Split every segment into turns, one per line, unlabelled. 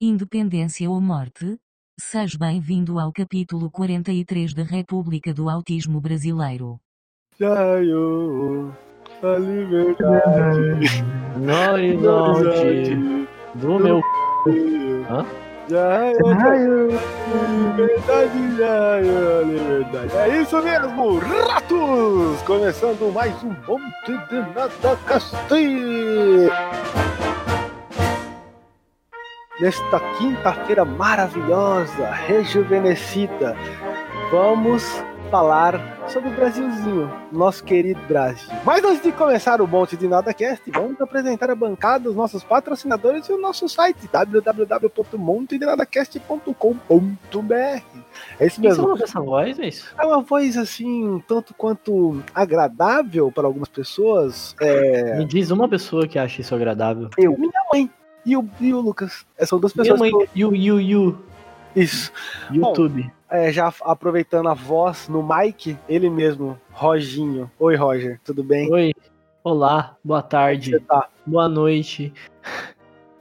Independência ou Morte? Seja bem-vindo ao capítulo 43 da República do Autismo Brasileiro.
Saiu a liberdade
No
do horizonte
horizonte do meu Hã?
Saiu a liberdade, saiu a liberdade. É isso mesmo, ratos! Começando mais um Monte de Nada Castanho. Nesta quinta-feira maravilhosa, rejuvenescida, vamos falar sobre o Brasilzinho, nosso querido Brasil. Mas antes de começar o Monte de Nada Cast, vamos apresentar a bancada, os nossos patrocinadores e o nosso site www.montedenadacast.com.br. É isso
Quem você
mesmo.
ouve essa voz, bicho?
É uma voz assim, um tanto quanto agradável para algumas pessoas. É,
Me diz uma pessoa que acha isso agradável.
eu, minha mãe e o, e o Lucas. É, São duas
Minha
pessoas.
mãe,
que eu-
you, you, you,
Isso.
YouTube.
É, já aproveitando a voz no Mike, ele mesmo, Roginho. Oi, Roger, tudo bem?
Oi, olá, boa tarde,
Você tá?
boa noite.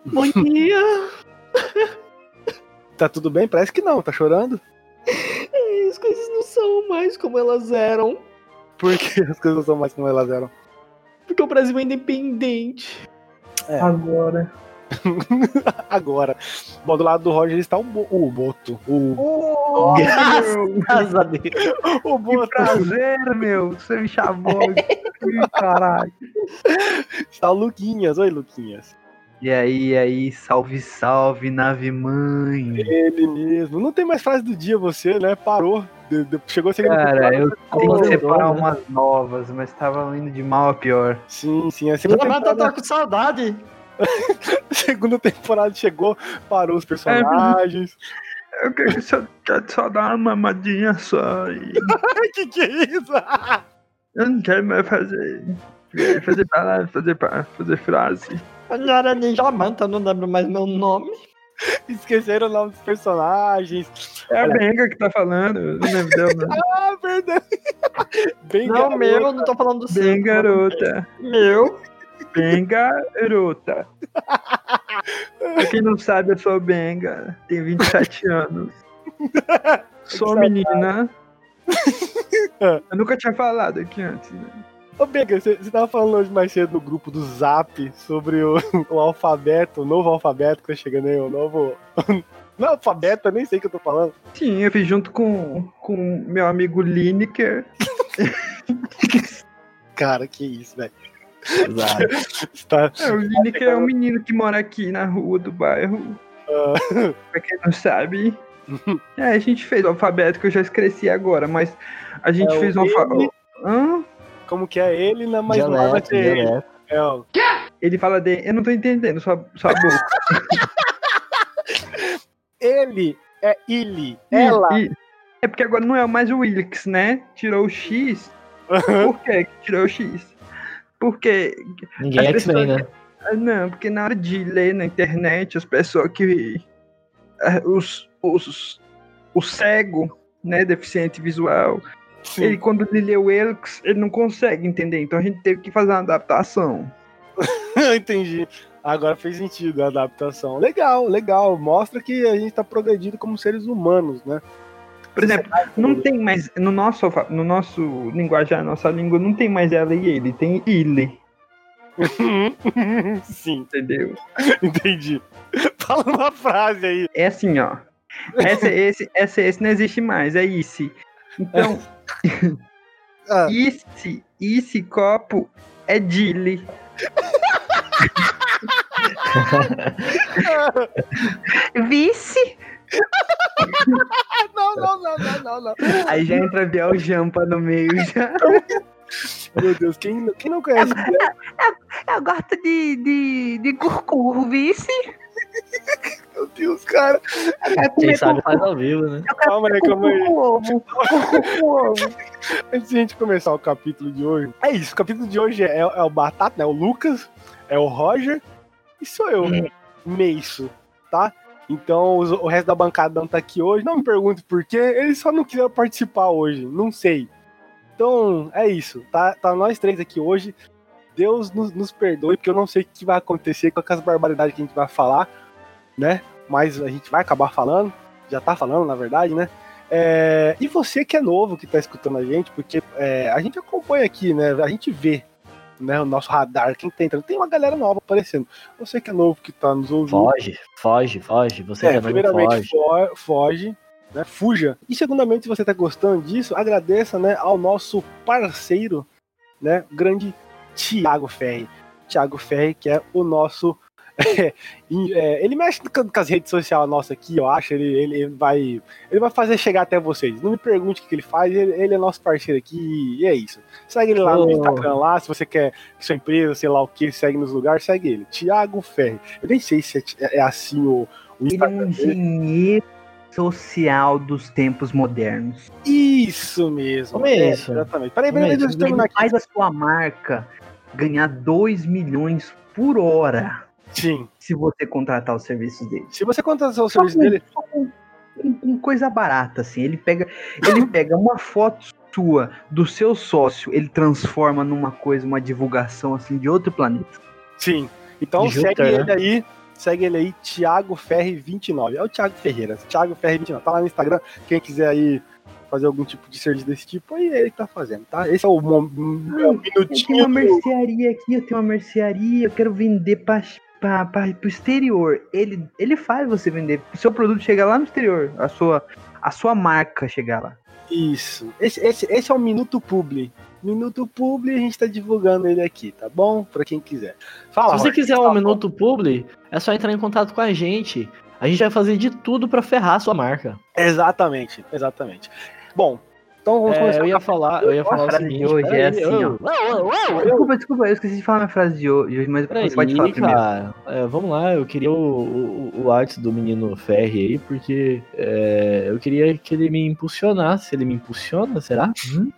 Bom dia!
Tá tudo bem? Parece que não, tá chorando?
As coisas não são mais como elas eram,
Porque as coisas não são mais como elas eram.
porque o Brasil é independente.
Agora.
Agora. Bom, do lado do Roger está o, Bo- o Boto. O,
Oh,
Graças
meu,
a Deus.
o
tá
que
Boto.
prazer, meu. Você me chamou. Ih, Caralho.
Está o Luquinhas. Oi, Luquinhas.
E aí, e aí, salve, salve, nave mãe.
Ele mesmo. Não tem mais frase do dia você, né? Parou. De- de- chegou a ser
Cara, eu tenho
Ô,
que separar
né?
umas novas, mas tava indo de mal a pior.
Sim, sim. A segunda
Renata
temporada,
tá com saudade.
a segunda temporada chegou, parou os personagens.
Eu quero só, só dar uma mamadinha só. E
Ai, que que é isso?
eu não quero mais fazer. Fazer palavra, fazer, pa- fazer frase.
A minha era ninja manta, não lembro mais meu nome.
Esqueceram o nome dos personagens.
É a Benga que tá falando. Eu não lembro dela, não.
Ah, verdade. Bem
Não,
garoto.
meu, não tô falando do seu.
Bem garota.
Meu.
Bem garota. Pra quem não sabe, eu sou Benga. Tenho 27 anos. Sou menina. Eu nunca tinha falado aqui antes. Né?
Ô, Bega, você você tava falando hoje mais cedo no grupo do Zap sobre o, o alfabeto, o novo alfabeto que tá chegando aí, o novo. Não, é alfabeto, eu nem sei o que eu tô falando.
Sim, eu fiz junto com, com meu amigo Lineker.
Cara, que isso, velho.
Exato.
Tá...
É, o Lineker é um menino que mora aqui na rua do bairro.
Ah.
Pra quem não sabe. É, a gente fez o alfabeto que eu já esqueci agora, mas a gente
É, o
fez um alfabeto.
N- Como que é ele, na mais nada
Dialeto,
que
né?
ele.
dialeto.
É, ó.
Ele fala de. Eu não tô entendendo sua, sua boca.
ele é ele. Ela.
E- É porque agora não é mais o Willix, né? Tirou o X. Por que que tirou o X? Porque.
Ninguém é
As pessoas-
X-Men, né?
ah, Não, porque na hora de ler na internet, as pessoas que. ah, Os. os o cego, né? Deficiente visual.
Sim.
Ele, quando ele lê o Willix, ele não consegue entender. Então a gente teve que fazer uma adaptação.
Entendi. Agora fez sentido a adaptação. Legal, legal. Mostra que a gente tá progredindo como seres humanos, né?
Por exemplo, não tem mais. No nosso, alfa- no nosso linguajar, na nossa língua, não tem mais ela e ele, tem ele.
Sim,
Entendeu?
entendi. Fala uma frase aí.
É assim, ó. Essa, esse, essa, esse não existe mais, é esse. Então,
Ah.
esse, esse copo é Dile. Vice?
Não, não, não, não, não, não.
Aí já entra Biel Jampa no meio já.
Meu Deus, quem, quem não conhece?
Eu gosto de, de, de curcuru, vice.
Meu Deus, cara.
Quem sabe faz ao vivo, né?
Calma aí, calma aí.
ovo.
Antes de a gente começar o capítulo de hoje, é isso. O capítulo de hoje é, é o Batata, né? O Lucas, é o Roger e sou eu, né? Meiço, tá? Então os- o resto da bancada não tá aqui hoje. Não me pergunte por quê, eles só não quiseram participar hoje, não sei. Então é isso, tá? Tá nós três aqui hoje. Deus nos, nos perdoe, porque eu não sei o que vai acontecer com aquelas barbaridades que a gente vai falar, né? mas a gente vai acabar falando, já tá falando, na verdade, né? É, e você que é novo, que tá escutando a gente, porque é, a gente acompanha aqui, né? A gente vê né, o nosso radar, quem tá entrando. Tem uma galera nova aparecendo. Você que é novo, que tá nos ouvindo.
Foge, foge, foge. Você
É,
é, também
primeiramente,
foge.
fo- foge, né, fuja. E, segundamente, se você está gostando disso, agradeça né, ao nosso parceiro, né, o grande Tiago Ferri. Tiago Ferri, que é o nosso. em- é, ele mexe com com as redes sociais nossas aqui, eu acho. Ele, ele, ele vai, ele vai fazer chegar até vocês. Não me pergunte o que ele faz, ele, ele é nosso parceiro aqui e é isso. Segue ele lá no
Oh.
Instagram, lá, se você quer que sua empresa, sei lá o que, segue nos lugares, segue ele. Tiago Ferri. Eu nem sei se é, ti- é assim o, o
Ele é
Instagram
um
dele.
engenheiro social dos tempos modernos.
Isso mesmo.
Como é isso?
Exatamente. Peraí,
Como
peraí,
é
deixa eu
isso?
terminar
Ele
aqui.
faz a sua marca ganhar 2 milhões por hora
Sim.
se você contratar os serviços dele.
Se você contratar o serviço
um
dele,
só com, com- com coisa barata, assim. Ele pega, ele pega uma foto sua do seu sócio, ele transforma numa coisa, uma divulgação assim de outro planeta.
sim. Então
Júpiter,
segue ele
né?
aí. Segue ele aí, Thiago Ferre29. É o Thiago Ferreira. Thiago Ferre29. Tá lá no Instagram. Quem quiser aí fazer algum tipo de serviço desse tipo, aí ele tá fazendo, tá? Esse é o, mom-
Ah,
é o
Eu tenho uma
minutinho. do-
mercearia aqui, eu tenho uma mercearia, eu quero vender para para pro exterior. Ele ele faz você vender, o seu produto chegar lá no exterior, a sua a sua marca chegar lá.
Isso. Esse, esse, esse é o Minuto Publi. Minuto Publi, a gente tá divulgando ele aqui, tá bom? Pra quem quiser. Fala,
Se você
Roger,
quiser
fala.
um minuto publi, é só entrar em contato com a gente. A gente vai fazer de tudo pra ferrar a sua marca.
Exatamente, exatamente. Bom, então vamos
É,
começar.
eu ia falar, eu ia falar o
frase de
seguinte.
hoje é
peraí,
assim, ó.
ô, ô, ô, ô,
Desculpa, desculpa, eu esqueci de falar minha frase de hoje, mas
Peraí,
você pode falar primeiro.
cara. É, vamos lá, eu queria o, o, o arte do menino Ferri aí, porque é, eu queria que ele me impulsionasse. Ele me impulsiona, será? Hum?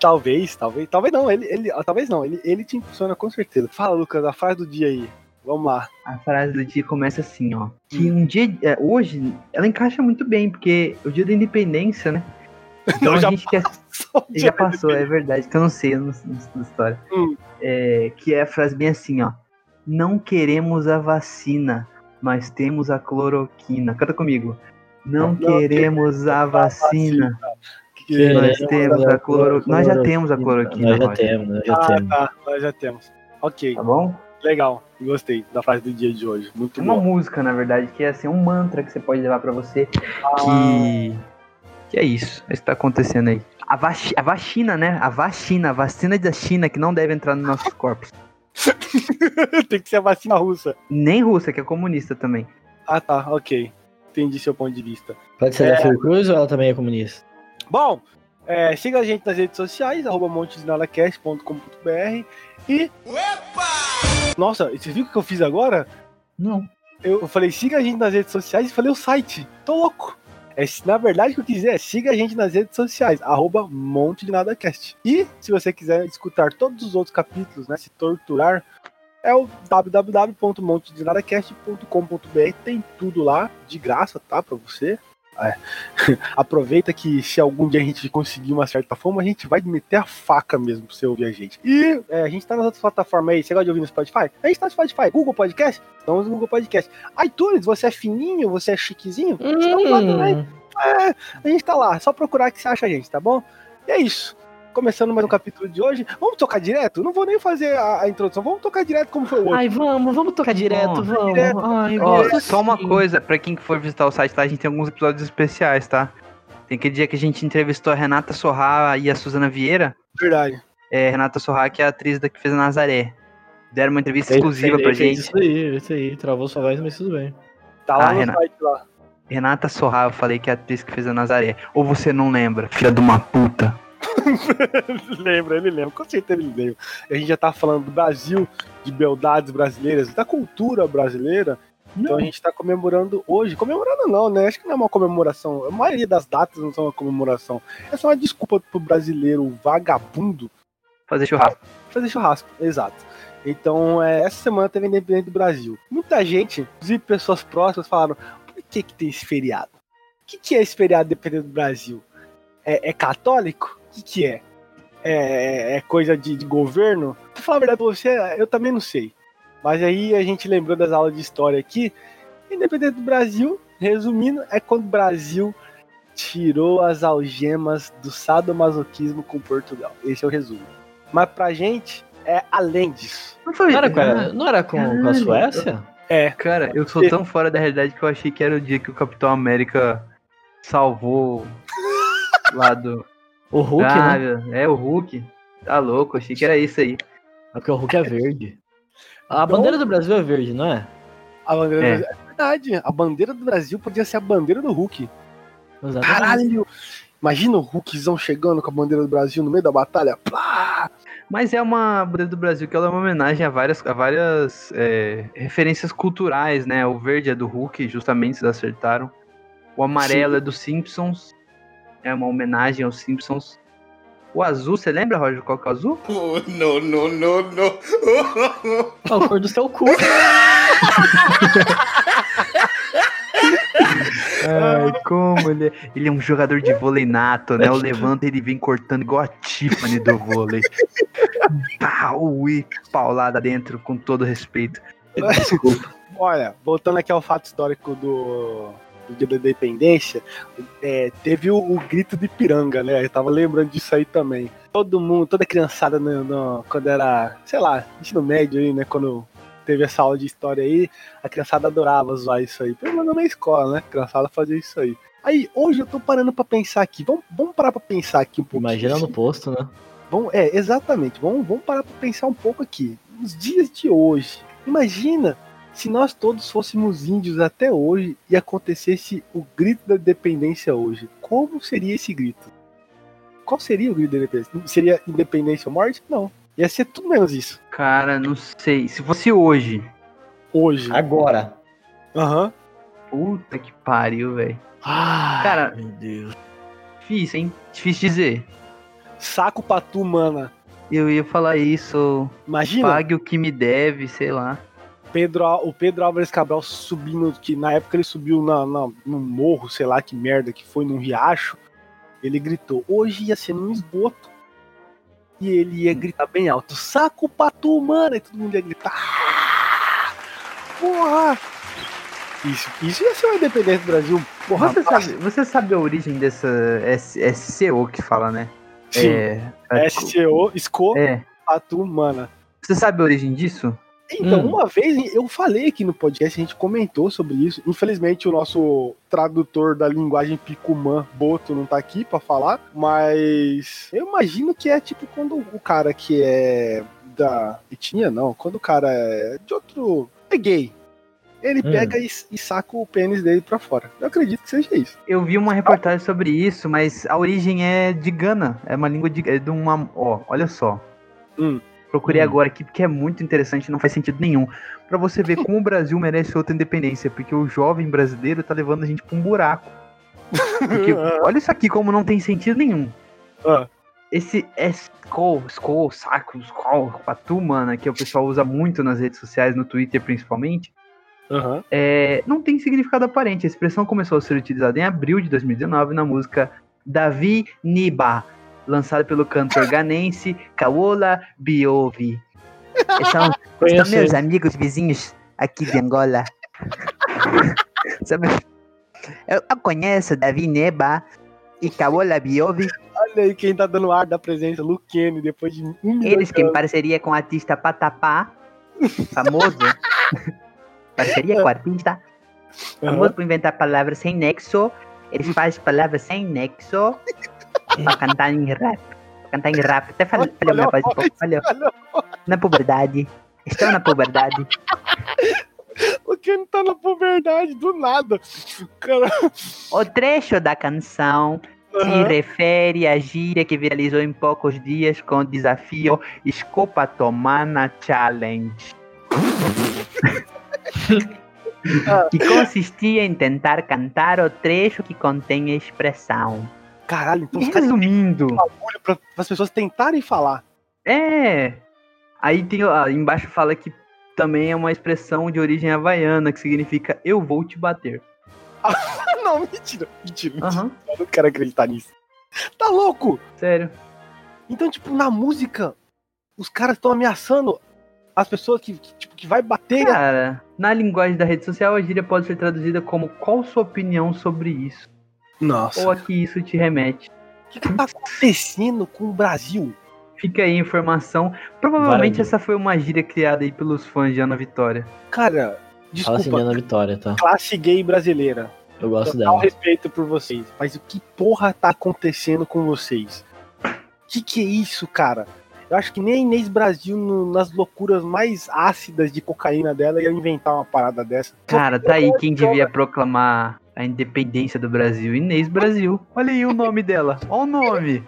Talvez, talvez, talvez não, ele, ele talvez não, ele, ele te impulsiona com certeza. Fala, Lucas, a frase do dia aí. Vamos lá.
A frase do dia começa assim, ó. Que um dia. é, hoje, ela encaixa muito bem, porque é o dia da independência, né? Então
Não,
a
já
gente quer.
Só o
Já
dia
passou,
dele.
é verdade, que eu não sei, eu não sei da história.
Hum.
É, que é a frase bem assim, ó. Não queremos a vacina, mas temos a cloroquina. Canta comigo. Não, queremos a vacina,
é Que-
nós
Queremos
temos
a
a cloro... Nós já temos a cloroquina,
Nós já
Roger,
temos, nós já
Ah,
temos.
tá, nós já temos. Ok,
tá bom?
legal, gostei da frase do dia de hoje, muito
Tá
Tem uma
bom.
música, na verdade, que é assim, um mantra que você pode levar pra você. Que... que é isso. Isso tá acontecendo aí. A, vaci- a vacina, né? A vacina, a vacina da China que não deve entrar nos nossos corpos.
Tem que ser a vacina russa.
Nem russa, que é comunista também.
Ah, tá, ok. Entendi seu ponto de vista.
Pode ser da Fiocruz ou ela também é comunista?
Bom, é, siga a gente nas redes sociais, arroba montesnadacast.com.br e. Nossa, você viu o que eu fiz agora?
Não.
Eu eu falei, siga a gente nas redes sociais e falei o site. Tô louco. É, se- na verdade, o que eu quiser é siga a gente nas redes sociais, arroba Monte de Nada Cast. E se você quiser escutar todos os outros capítulos, né? Se torturar, é o www.montedinadacast.com.br. Tem tudo lá, de graça, tá? Pra você. É. Aproveita que se algum dia a gente conseguir uma certa fama, a gente vai meter a faca mesmo pra você ouvir a gente. E é, a gente tá nas outras plataformas aí. Você gosta de ouvir no Spotify? A gente tá no Spotify. Google Podcast? Estamos no Google Podcast. iTunes, você é fininho, você é chiquezinho?
um Hum.
Estamos lá também.
né?
É, a gente tá lá, só procurar que você acha a gente, tá bom? E é isso. Começando mais um capítulo de hoje. Vamos tocar direto? Não vou nem fazer a, a introdução, vamos tocar direto como foi o outro.
Ai, vamos, vamos tocar direto,
Bom,
vamos.
direto.
Ai,
Ó,
vamos
só uma
sim.
coisa, pra quem for visitar o site lá, a gente tem alguns episódios especiais, tá? Tem aquele dia que a gente entrevistou a Renata Sorra e a Suzana Vieira.
Verdade.
É, Renata Sorra, que é a atriz da que fez a Nazaré. Deram uma entrevista
Sei,
é exclusiva
sei,
pra
sei,
gente.
Isso aí, isso aí. Travou sua voz, mas tudo bem.
Tá lá
Ah,
no
Renato.
site lá.
Renata Sorra, eu falei que é a atriz que fez a Nazaré. Ou você não lembra, filha de uma puta.
Ele lembra, ele lembra, com certeza ele lembra. A gente já tá falando do Brasil, de beldades brasileiras, da cultura brasileira. Então a gente tá comemorando hoje. Comemorando não, né? Acho que não é uma comemoração. A maioria das datas não são uma comemoração. É só uma desculpa pro brasileiro vagabundo
Fazer churrasco.
fazer churrasco, exato. Então, é, essa semana teve a Independência do Brasil. Muita gente, inclusive pessoas próximas, falaram: por que, que tem esse feriado? O que, que é esse feriado Independência do Brasil? É, é católico? O que, que é? É, é coisa de, de governo? Pra falar a verdade pra você, eu também não sei. Mas aí a gente lembrou das aulas de história aqui Independente do Brasil, resumindo, é quando o Brasil tirou as algemas do sadomasoquismo com Portugal. Esse é o resumo. Mas pra gente, é além disso.
Não foi
Não era com, a- não era com, com a
Caralho.
Suécia?
É,
Cara, eu sou tão fora da realidade que eu achei que era o dia que o Capitão América salvou lá do.
O Hulk,
ah,
né?
É, o Hulk. Tá louco, achei que era isso aí.
É Porque o Hulk é verde. A
Então-
bandeira do Brasil é verde, não é?
a bandeira
É.
do Brasil. É verdade. A bandeira do Brasil podia ser a bandeira do Hulk.
Exatamente.
Caralho! Imagina o Hulkzão chegando com a bandeira do Brasil no meio da batalha. Plá!
Mas é uma bandeira do Brasil que ela é uma homenagem a várias, a várias é, referências culturais, né? O verde é do Hulk, justamente se acertaram. O amarelo é dos Simpsons. É uma homenagem aos Simpsons. O azul, você lembra, Roger, qual que é o azul?
Oh, no, no, no, no.
Ah, a cor do seu cu.
Ai, como ele é. Ele é um jogador de vôlei nato, né? O levanta ele vem cortando igual a Tiffany do vôlei. Pau e paulada dentro, com todo respeito. Desculpa.
Olha, voltando aqui ao fato histórico do, do Dia da Independência, é, teve o, o grito de piranga, né? Eu tava lembrando disso aí também. Todo mundo, toda criançada, no, no- quando era, sei lá, ensino médio aí, né? Quando teve essa aula de história aí, a criançada adorava zoar isso aí. Pelo menos na minha escola, né? A criançada fazia isso aí. Aí, hoje eu tô parando pra pensar aqui. Vamos, vamos parar pra pensar aqui um pouquinho.
Imagina no posto, né?
Vamos, é, exatamente. Vamos, vamos parar para pensar um pouco aqui. Nos dias de hoje, imagina se nós todos fôssemos índios até hoje e acontecesse o grito da independência hoje. Como seria esse grito? Qual seria o grito da independência? Seria independência ou morte? Não. Ia ser tudo menos isso.
Cara, não sei. Se fosse hoje.
Hoje.
Agora.
Aham.
Puta que pariu, velho.
Ah,
Cara-
meu Deus.
Difícil, hein? Difícil dizer.
Saco patu, mana.
Eu ia falar isso.
Imagina
Pague o que me deve, sei lá.
Pedro, Al- o Pedro Álvares Cabral subindo, que na época ele subiu na, na, num morro, sei lá que merda que foi, num riacho. Ele gritou, hoje ia ser num esgoto. E ele ia gritar bem alto, saco patu, mano! E todo mundo ia gritar. "Ah! Porra! Isso, isso ia ser uma independência do Brasil. Porra,
Você sabe, você sabe a origem dessa S- SCO que fala, né?
Sim.
É,
SCO, esco,
é.
patu, mana.
Você sabe a origem disso?
Então,
Hum.
uma vez eu falei aqui no podcast, a gente comentou sobre isso. Infelizmente, o nosso tradutor da linguagem picumã, Boto, não tá aqui pra falar, mas eu imagino que é tipo quando o cara que é da etnia, não, quando o cara é de outro. é gay. Ele
Hum.
pega e, e saca o pênis dele pra fora. Eu acredito que seja isso.
Eu vi uma reportagem sobre isso, mas a origem é de Gana. É uma língua de, é de uma. Ó, olha só.
Hum.
Procurei
Hum.
agora aqui porque é muito interessante, não faz sentido nenhum. Pra você ver como o Brasil merece outra independência, porque o jovem brasileiro tá levando a gente pra um buraco. Porque, olha isso aqui como não tem sentido nenhum.
Ah.
Esse escol, escol, saco, escol, patu, mana, que o pessoal usa muito nas redes sociais, no Twitter principalmente.
Aham.
É, não tem significado aparente. A expressão começou a ser utilizada em abril de 2019 na música Davi Niba, lançada pelo cantor ganense Kawola Biovi. São, são
Conheço
meus
ele.
amigos vizinhos aqui de Angola. Sabe? eu, eu conheço Davi Niba e Kawola Biovi,
Olha aí quem tá dando ar da presença, Luquene, depois de um milhão
eles
de
que em parceria com o artista Patapá, famoso, parceria com o artista
anos.
Famoso por inventar palavras sem nexo. Ele faz palavras sem nexo pra cantar em rap. Pra cantar em rap. Até falei,
Olha
falei minha
a
voz um pouco. Falei,
olha
na puberdade. Estou na puberdade.
O Kenny tá na puberdade, do nada. Cara,
O trecho da canção se refere à gíria que viralizou em poucos dias com o desafio Escopatomana Challenge.
Ah.
que consistia em tentar cantar o trecho que contém a expressão.
Caralho, então os caras
Resumindo,
olham pra, as pessoas tentarem falar.
É. Aí tem, ó, embaixo fala que também é uma expressão de origem havaiana que significa eu vou te bater.
Ah, não, mentira, mentira, mentira.
Aham,
Eu não quero acreditar nisso. Tá louco?
sério.
Então, tipo, na música, os caras estão ameaçando as pessoas que, que, tipo, que vai bater.
Cara, na linguagem da rede social, a gíria pode ser traduzida como qual sua opinião sobre isso? Ou
Nossa.
a que isso te remete?
O que, que tá acontecendo com o Brasil?
Fica aí a informação. Provavelmente
Vai.
essa foi uma gíria criada aí pelos fãs de Ana Vitória.
Cara,
Fala assim,
desculpa,
Ana Vitória, tá?
classe gay brasileira.
Eu gosto
Total
dela.
respeito por vocês. Mas o que porra tá acontecendo com vocês? Que que é isso, cara? Eu acho que nem a Inês Brasil, no- nas loucuras mais ácidas de cocaína dela, ia inventar uma parada dessa.
Cara, tá aí quem devia proclamar a independência do Brasil. Inês Brasil. Olha aí o nome dela. Olha o nome.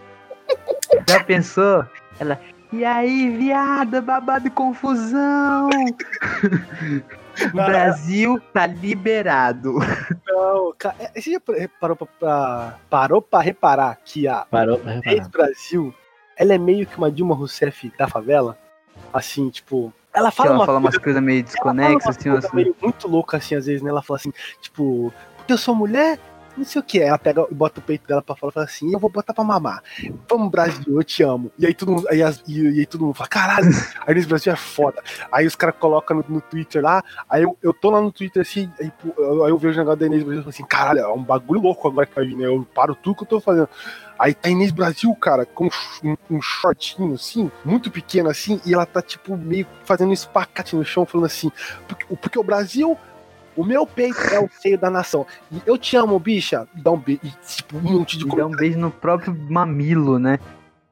Já pensou? Ela. E aí, viada, babado e confusão. Brasil tá liberado.
Não, cara, é- você já pre- parou pra, pra- parou pra reparar que a
Parou pra
Inês
reparar.
Brasil, ela é meio que uma Dilma Rousseff da favela? Assim, tipo, ela
Que
fala
ela
uma
fala umas
coisa-
coisas meio
ela fala
desconexas,
umas
assim,
coisas
umas-
meio muito louca, assim, às vezes, né? Ela fala assim, tipo, porque eu sou mulher, não sei o que. Ela pega e bota o peito dela pra fora e fala assim, eu vou botar pra mamar. Vamos, Brasil, eu te amo. E aí todo mundo, aí, as- e, e aí todo mundo fala, caralho, a Inês Brasil é foda. Aí os caras colocam no, no Twitter lá, aí eu, eu tô lá no Twitter assim, aí, pô, eu- aí eu vejo o negócio da Inês Brasil e falo assim, caralho, é um bagulho louco agora que vai vir, né? Eu paro tudo que eu tô fazendo. Aí tá a Inês Brasil, cara, com um, um shortinho assim, muito pequeno assim, e ela tá tipo meio fazendo um espacate no chão, falando assim, porque, porque o Brasil, o meu peito é o seio da nação. E eu te amo, bicha. E Dá um beijo, e, tipo, um monte de
E dá
coisa.
um beijo no próprio mamilo, né?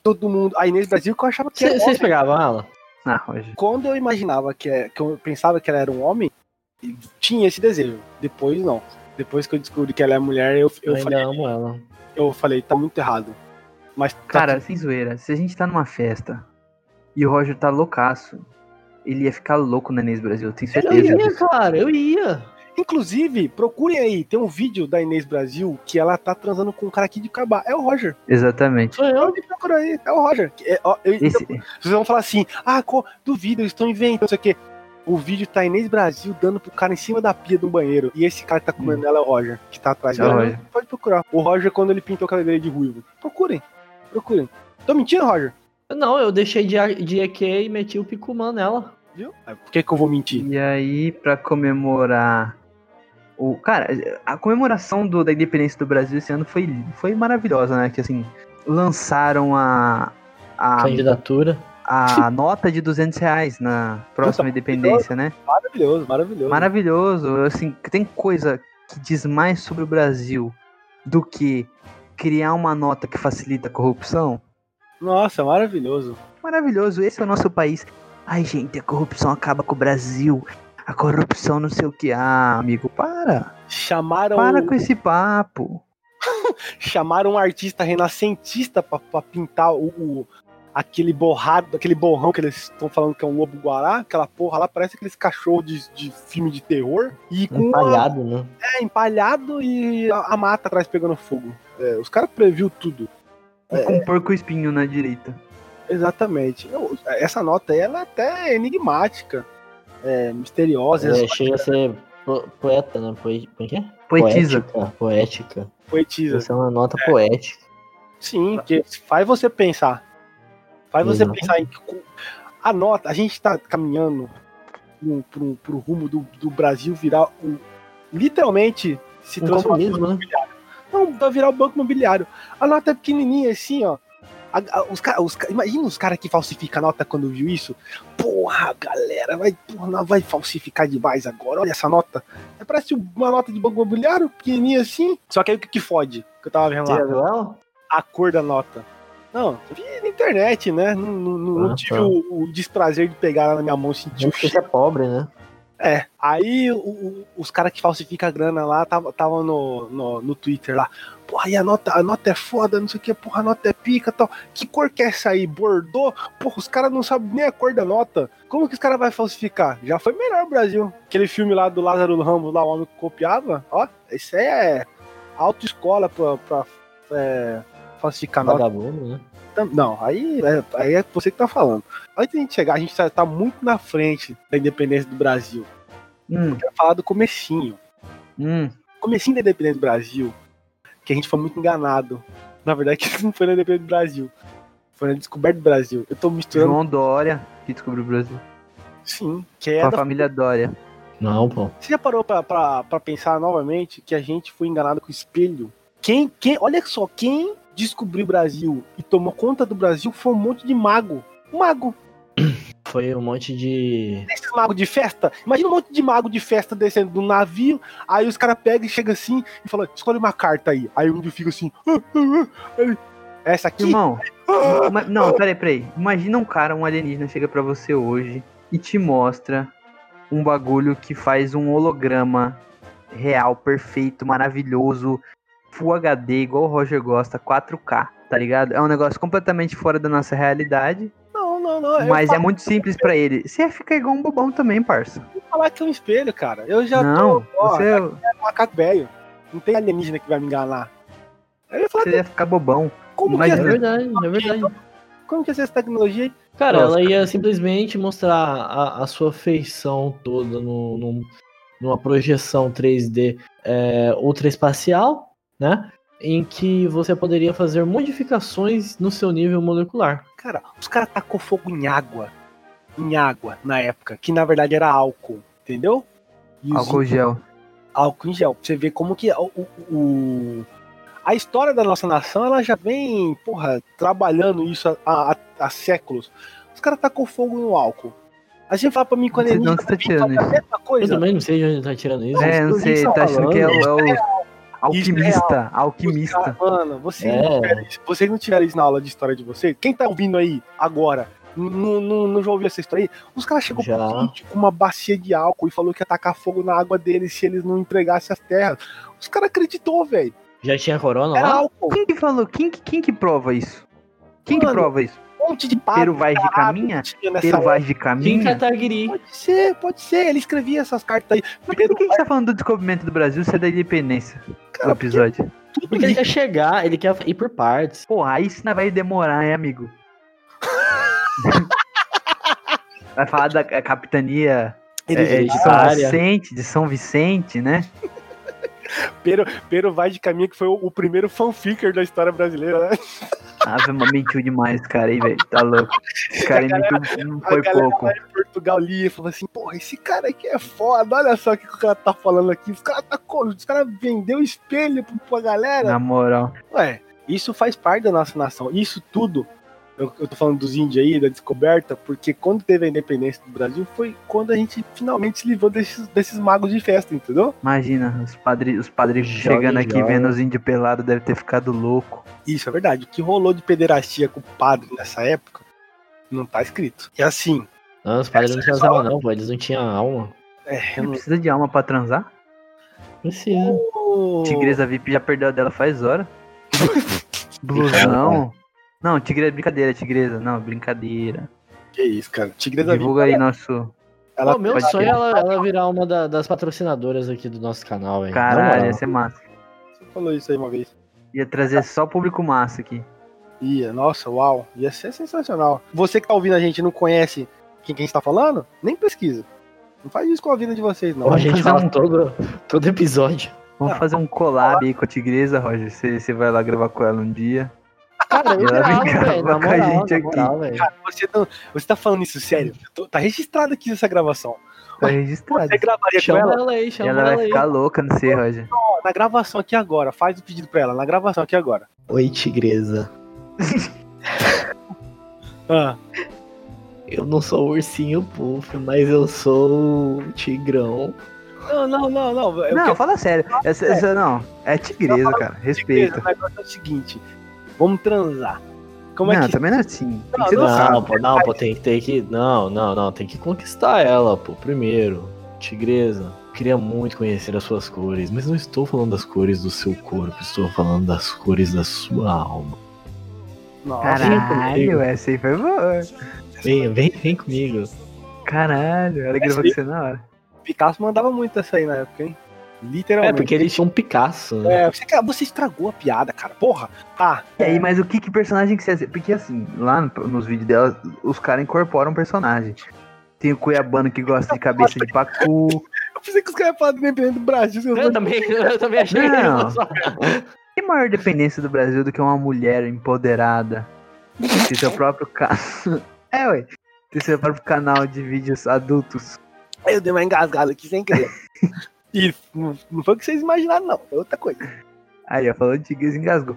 Todo mundo. A Inês Brasil que eu achava que era
Cê- Vocês pegavam ela?
Ah, Roger.
quando eu imaginava que, é- que eu pensava que ela era um homem, tinha esse desejo. Depois não. Depois que eu descobri que ela é mulher, eu,
Eu
eu,
ainda
falei,
amo ela.
eu falei, tá muito errado. Mas tá
Cara,
tudo-
sem zoeira, se a gente tá numa festa e o Roger tá loucaço, ele ia ficar louco na Inês Brasil, eu tenho
Eu
certeza.
ia, cara, eu ia.
inclusive, procurem aí, tem um vídeo da Inês Brasil que ela tá transando com um cara aqui de Cabá. É o Roger.
Exatamente.
Sou eu.
Pode procurar aí, é o Roger. É, ó, eu-
Esse-
Vocês vão falar assim, ah, co- duvido, eles estão inventando, não sei o quê. O vídeo tá Inês Brasil dando pro cara em cima da pia do banheiro. E esse cara que tá comendo ela é o Roger, que tá atrás
Hum. É o
dela.
Roger.
Pode procurar. O Roger, quando ele pintou a cadeira de ruivo. Procurem, procurem. Tô mentindo, Roger?
Não, eu deixei de, de EQ e meti o Picumã nela.
Viu? Ah, Por que que eu vou mentir?
E aí, pra comemorar. O, cara, a comemoração do- da independência do Brasil esse ano foi, foi maravilhosa, né? Que assim, lançaram a.
Ah,
a
Candidatura.
a nota de 200 reais na próxima independência, né?
Maravilhoso, maravilhoso.
Maravilhoso. Assim, tem coisa que diz mais sobre o Brasil do que criar uma nota que facilita a corrupção?
Nossa, maravilhoso.
Maravilhoso, esse é o nosso país. Ai, gente, a corrupção acaba com o Brasil. A corrupção não sei o que. Ah, amigo, para.
Chamaram,
Para com esse papo.
chamaram um artista renascentista pra, pra pintar o, o- aquele borrado, aquele borrão que eles estão falando que é um lobo guará, aquela porra lá, parece aqueles cachorros de, de filme de terror. E com
Um
uma-
palhado, né?
É, empalhado e a, a mata atrás pegando fogo. É, os caras previu tudo.
E
É.
com um porco espinho na direita.
Exatamente. Eu- essa nota aí, ela é até enigmática. É, misteriosa,
É,
exótica,
chega a ser po- poeta, né? Poe... Como é que é?
Poetiza.
Poética. Poética.
poetisa.
Essa é uma nota poética.
Sim, que faz você pensar. Faz você
Exato.
pensar em que. cu- A nota, a gente tá caminhando pro, um, pro, pro rumo do, do Brasil virar um, literalmente se
Um
transformar
comunismo, né?
Não, vai virar o banco imobiliário. A nota é pequenininha assim, ó. A- a- os cara, os, ca- imagina os caras que falsificam a nota quando viu isso. Porra, galera, vai, porra, não vai falsificar demais agora. Olha essa nota. É, parece uma nota de banco imobiliário, pequenininha assim. Só que aí o que, que fode? Que eu tava vendo
Você
lá.
já viu ela?
A cor da nota. Não, eu vi na internet, né? Não, não- não- não
Ah,
tive
tá.
o, o desprazer de pegar ela na minha mão e sentir o
Gente,
cheiro.
você é pobre, né?
É, aí o- o- os caras que falsificam a grana lá estavam no, no, no Twitter lá. Porra, e a nota, a nota é foda, não sei o que, porra, a nota é pica tal. Que cor que é essa aí? Bordô? Porra, os caras não sabem nem a cor da nota. Como que os caras vão falsificar? Já foi melhor o Brasil. Aquele filme lá do Lázaro Ramos, lá o homem que copiava, ó, isso aí é autoescola pra, pra é, falsificar nota.
Vagabundo, né?
Tam- Não, aí é, aí é você que tá falando. Antes da gente chegar, a gente tá, tá muito na frente da independência do Brasil
Hum,
quero falar do comecinho.
hum.
Comecinho da Independência do Brasil, que a gente foi muito enganado. Na verdade, que não foi na Independência do Brasil. Foi na descoberta do Brasil. Eu tô misturando.
João Dória, que descobriu o Brasil.
Sim.
Com a
Queda.
família Dória.
Não, pô.
Você já parou pra, pra, pra pensar novamente que a gente foi enganado com o espelho? Quem, quem, olha só, quem descobriu o Brasil e tomou conta do Brasil foi um monte de mago. Mago.
Foi um monte de.
Esses magos de festa. Imagina um monte de mago de festa descendo do navio. Aí os caras pegam e chegam assim e falam: escolhe uma carta aí. Aí um fica assim. "Ah, ah, ah." Aí, Essa aqui.
Irmão,
"Ah."
ma- não, peraí, peraí. Imagina um cara, um alienígena, chega pra você hoje e te mostra um bagulho que faz um holograma real, perfeito, maravilhoso, Full HD, igual o Roger gosta, 4K, tá ligado? É um negócio completamente fora da nossa realidade,
Não, não, não. eu
mas é
falo-
muito simples pra ele. Você ia ficar igual um bobão também, parça.
vou falar que é um espelho, cara. Eu já
Não,
tô. Ó,
você,
é um macaco velho. Não tem alienígena que vai me enganar. Eu ia falar,
você ia ficar bobão.
como,
mas
que
É
é
essa,
verdade, é verdade.
como que é essa tecnologia.
Cara,
Nossa,
ela ia simplesmente mostrar a, a sua feição toda no, num- numa projeção 3D é, ultraespacial, né? Em que você poderia fazer modificações no seu nível molecular.
Cara, os caras tacou fogo em água. Em água, na época. Que na verdade era álcool, entendeu? E os
Álcool gel.
álcool em gel. Pra você ver como que é o, o- o- a história da nossa nação ela já vem, porra, trabalhando isso há- há, há- há séculos. Os caras tacam fogo no álcool. A gente fala pra mim quando
Não sei
ele
de onde você tá tirando
a
isso.
mesma
Eu
coisa.
também não sei de onde tá tirando isso.
É,
eu
não sei,
sei o que
tá
você
achando que é o, é o alquimista,
Os
alquimista.
caras- Mano, você
É.
não tiver isso- vocês não tiveram isso na aula de história de vocês? Quem tá ouvindo aí agora? Não, não, não já ouviu essa história aí? Os caras chegou
Já.
pra gente com uma bacia de álcool e falou que ia tacar fogo na água deles se eles não entregassem as terras. Os caras acreditou, velho.
Já tinha corona
Era
lá?
álcool.
Quem que falou? Quem, que- quem que prova isso? Quem que
Mano,
prova isso?
Um monte de papo.
Pero Vaz de Caminha?
tinha nessa
Pero
época.
Vaz de
Kim
Caminha?
Kataguiri.
Pode ser, pode ser. Ele escrevia essas cartas aí.
Mas por que a gente tá falando do descobrimento do Brasil se é da independência do
Cara,
episódio?
Porque ele quer chegar, ele quer ir por partes.
Porra, aí isso não vai demorar, hein, amigo? vai falar da ca- capitania
Ele
é, de
já-
São
área.
Vicente, de São Vicente, né? é.
Pero vai de caminho que foi o, o primeiro fanficker da história brasileira, né?
Ave, mas mentiu demais, cara, aí, velho. Tá louco. Esse cara aí mentiu, não
a
foi
galera
pouco.
lá em Portugal lia e falava assim: porra, esse cara aqui é foda, olha só o que o cara tá falando aqui. Os caras tá co- os cara vendeu espelho pra, pra galera.
Na moral.
Ué, isso faz parte da nossa nação. Isso tudo, eu, eu tô falando dos índios aí, da descoberta, porque quando teve a independência do Brasil foi quando a gente finalmente se livrou desses, desses magos de festa, entendeu?
Imagina, os padres os padre
Joga,
chegando aqui
joga.
vendo os índios pelados, deve ter ficado louco.
Isso é verdade. O que rolou de pederastia com o padre nessa época não tá escrito. E assim,
Não, Ah, os padres não transavam, não, pô. Eles não tinham alma.
é, eu
Não
não.
precisa de alma pra transar?
Precisa.
Tigresa VIP já perdeu a dela faz hora. Blusão. Não, tigresa, brincadeira, tigresa. Não, brincadeira.
Que é isso, cara. Tigresa
Divulga aí nosso.
Ela
Pô, meu
pode
sonho é
ter.
ela, ela virar uma da- das patrocinadoras aqui do nosso canal, velho.
Caralho, ia
essa...
ser massa.
falou isso aí uma vez.
Ia trazer só público massa aqui.
Ia, nossa, uau. Ia ser sensacional. Você que tá ouvindo a gente e não conhece quem quem está tá falando, nem pesquisa. Não faz isso com a vida de vocês, não.
a gente
fazer
fala
um-
todo, todo episódio.
Vamos
Não.
fazer um collab aí com a tigresa, Roger. Você você vai lá gravar com ela um dia.
Cara, eu
Ela
gravo,
brincava
velho. Na
com a
moral,
gente
na
aqui.
moral, velho.
Cara, você, não, você tá falando isso sério? Eu tô- tá registrado aqui essa gravação.
Tá registrado.
Você gravaria com
Chama
ela?
ela aí, chama
Ela
ela,
vai
aí.
ficar louca, não sei, Roger.
Ó, Na gravação aqui agora. Faz o pedido pra ela. Na gravação aqui agora.
Oi, tigresa.
Ah,
Eu não sou o ursinho puff, mas eu sou o tigrão.
Não, não, não, não. Eu
Não, fala sério. Essa, essa- não, é tigresa, cara.
Beleza,
Respeita.
o negócio é o seguinte: vamos transar. Como é
não,
que.
também não é assim. Tem que ser
Não,
educado.
Não, pô, não, pô, tem que ter que. Não, não, não, tem que conquistar ela, pô, primeiro. Tigresa, queria muito conhecer as suas cores, mas não estou falando das cores do seu corpo, estou falando das cores da sua alma.
Nossa,
Caralho, essa aí foi boa.
Vem, vem, vem comigo.
Caralho, ela gravou com você é na hora.
Picasso mandava muito essa aí na época, hein?
É,
Literalmente.
porque eles tinham um Picasso, né?
É, você, você estragou a piada, cara. Porra. Tá.
E aí, mas o que, que personagem que você ia ser? Porque assim, lá no- nos vídeos dela, os caras incorporam um personagem. Tem o Cuiabano que gosta de cabeça de pacu.
Eu pensei que os caras iam falar do independente do Brasil. vocês
Eu também, eu também achei que
Não.
era só-
Que maior dependência do Brasil do que uma mulher empoderada? Tem seu próprio carro. É, ué. Você vai pro canal de vídeos adultos.
Aí eu dei uma engasgada aqui sem querer. e não, não foi o que vocês imaginaram, não. É outra coisa.
Aí, ó, falando de gays, engasgou.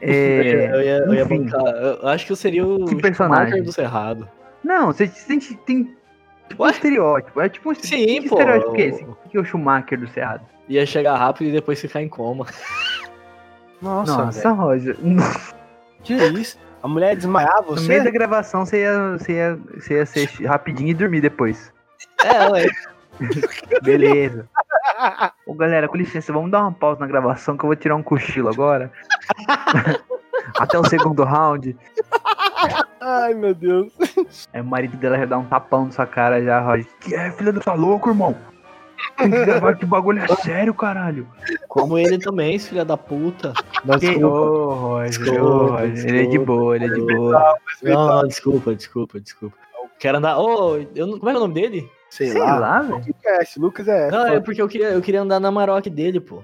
É,
eu ia, eu ia
enfim.
bancar. Eu acho que eu seria o
Que personagem?
Schumacher do Cerrado.
Não, você sente. Tem tipo um
Ué?
estereótipo. É tipo um
Sim,
que
pô.
estereótipo que é esse? O que é o Schumacher do Cerrado?
Ia chegar rápido e depois ficar em coma.
Nossa,
Nossa, Roger. No
velho, que isso? A mulher desmaiava
é-
meio da
você?
gravação você ia, você, ia, você ia ser rapidinho e dormir depois.
É, ué.
Beleza. Ô galera, com licença, vamos dar uma pausa na gravação que eu vou tirar um cochilo agora. Até o segundo round.
Ai, meu Deus.
Aí o marido dela já dá um tapão na sua cara já, Roger. Que é, filha do tá louco, irmão? Tem que gravar que o bagulho é sério, caralho.
Como ele também, esse filho da puta. Não,
Que-
desculpa.
Ô, Roger, ô,
Desculpa,
Roger. Ele é de
desculpa.
boa, ele é de boa.
Não, não, desculpa, desculpa, desculpa. Quero andar. Ô, eu não- como é o nome dele?
Sei,
Sei
lá.
lá, velho.
Quem conhece? Lucas é.
Não,
foda.
é porque eu queria, eu queria andar na Maroc dele, pô.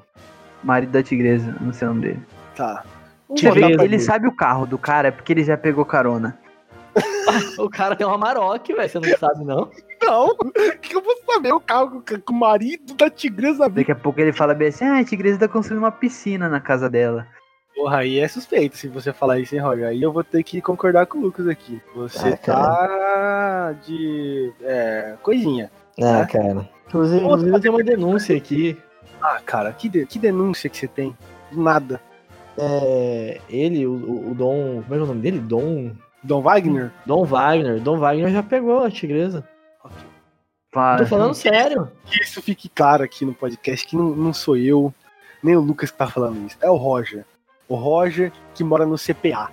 Marido da tigresa, não sei o nome dele.
Tá.
Você vê,
Tigresa.
ele sabe o carro do cara é porque ele já pegou carona.
O cara tem uma Maroc, velho. Você não sabe, não?
Não, o que eu vou saber? O carro com com o marido da tigresa
Daqui a pouco ele fala bem assim: ah, a tigresa tá construindo uma piscina na casa dela.
Porra, aí é suspeito se você falar isso, hein, Roger? Aí eu vou ter que concordar com o Lucas aqui. Você
Ah,
tá de. É. coisinha.
Ah, cara. Inclusive, inclusive eu tenho uma denúncia aqui.
Ah, cara, que, de- que denúncia que você tem? Do Nada.
É, ele, o- o, o Dom. Como é que é o nome dele? Dom.
Dom Wagner?
Dom Wagner. Dom Wagner já pegou a tigresa.
Fala,
Ah,
"Hum,
Tô falando sério.
Que isso fique claro aqui no podcast, que não, não sou eu, nem o Lucas que tá falando isso. É o Roger. O Roger que mora no CPA.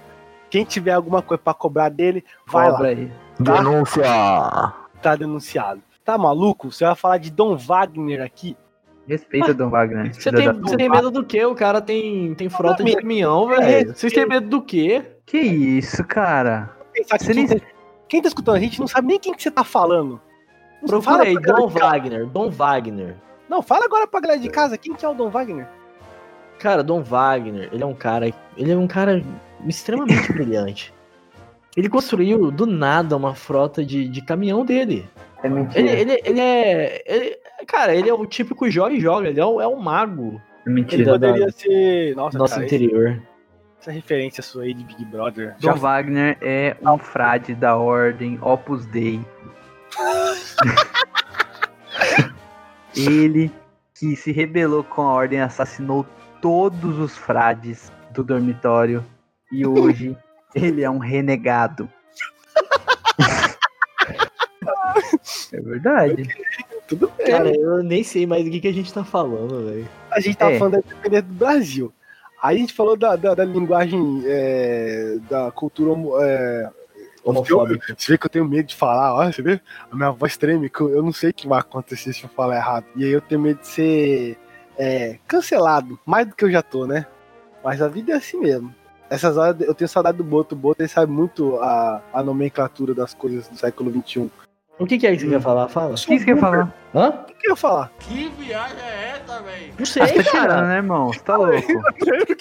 Quem tiver alguma coisa pra cobrar dele, vai lá.
cobra aí.
Tá?
Denúncia!
Tá denunciado. Tá maluco? Você vai falar de Dom Wagner aqui?
Respeita Dom Wagner.
Você
filha
tem,
da
você tem medo do quê? O cara tem, tem frota de caminhão,
É,
velho. Vocês têm medo do quê?
puta. Que isso, cara?
Pensar que
Você
quem,
nem-
tá, quem tá escutando a gente não sabe nem quem que você tá falando. Não
Procura
fala
aí,
pra galera
Dom
de casa.
Wagner. Dom Wagner.
Não, fala agora pra galera de casa quem que é o Dom Wagner.
Cara, Dom Wagner, ele é um cara. Ele é um cara extremamente brilhante. Ele construiu do nada uma frota de, de caminhão dele.
É mentira.
Ele, ele, ele é. ele- cara, ele é o típico joga e joga, ele é o, é o mago
É
Ele
mentira.
Ele- Tirando-
poderia ser.
do
Nossa,
nosso
cara,
interior.
essa referência sua aí de Big Brother.
Dom Wagner é um frade da ordem Opus Dei. ele que se rebelou com a ordem assassinou todos os frades do dormitório e hoje ele é um renegado. é verdade.
Tudo bem.
Cara, eu nem sei mais do que, que a gente tá falando, velho.
a gente tava
é.
falando da independência do Brasil. Aí a gente falou da, da, da linguagem é, da cultura homo- é,
Homofóbico.
Você vê que eu tenho medo de falar, ó, você vê? A minha voz treme, que eu eu não sei o que vai acontecer se eu falar errado. E aí eu tenho medo de ser é, cancelado, mais do que eu já tô, né? Mas a vida é assim mesmo. Essas horas eu tenho saudade do Boto. O Boto ele sabe muito a, a nomenclatura das coisas do século um. XXI.
O que, que é que você quer falar? Fala.
O que você quer falar?
Hã?
O que eu ia falar?
Que viagem é essa, velho?
Não
Ah, você
sei,
tá tirando,
é cara.
né, irmão? Você tá louco.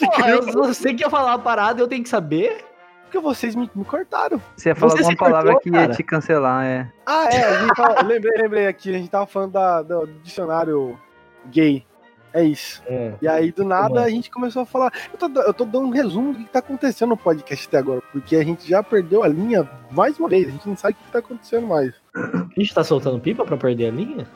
Porra, eu, você quer falar a parada, eu tenho que saber?
Porque vocês me, me cortaram.
Você ia falar
Você se
alguma palavra
cortou,
que ia
cara.
te cancelar, é.
Ah, é, a gente tava- lembrei, lembrei aqui, a gente tava falando da- do, do dicionário gay. É isso. E aí, do nada, a gente começou a falar. Eu tô, eu tô dando um resumo do que tá acontecendo no podcast até agora, porque a gente já perdeu a linha mais uma vez, a gente não sabe o que tá acontecendo mais.
A gente tá soltando pipa pra perder a linha?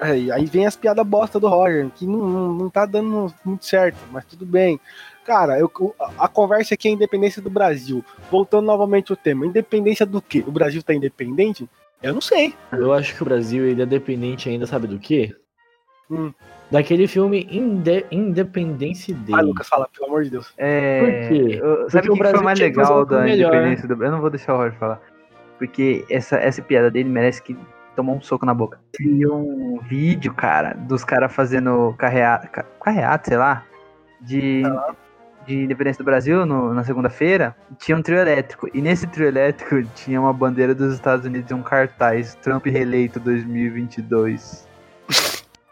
Aí, aí vem as piadas bosta do Roger, que não, não, não tá dando muito certo, mas tudo bem. Cara, eu, a- a conversa aqui é a independência do Brasil. Voltando novamente ao tema, independência do quê? O Brasil tá independente? Eu não sei.
Eu acho que o Brasil ele é dependente ainda, sabe do quê?
Hum.
Daquele filme Inde Independence Day.
Vai, Ah, Lucas, fala, pelo amor de Deus.
É,
Por quê?
eu- Sabe
Porque o
o que que foi
Brasil
mais
tinha que fazer
legal
um
da
filme melhor.
independência do Eu não vou deixar o Roger falar. Porque essa, essa piada dele merece que tomar um soco na boca. Vi um vídeo, cara, dos caras fazendo carreata, ca- carreata, sei lá, de,
Tá
de Independência do Brasil no- na segunda-feira. Tinha um trio elétrico. E nesse trio elétrico tinha uma bandeira dos Estados Unidos e um cartaz Trump reeleito 2022.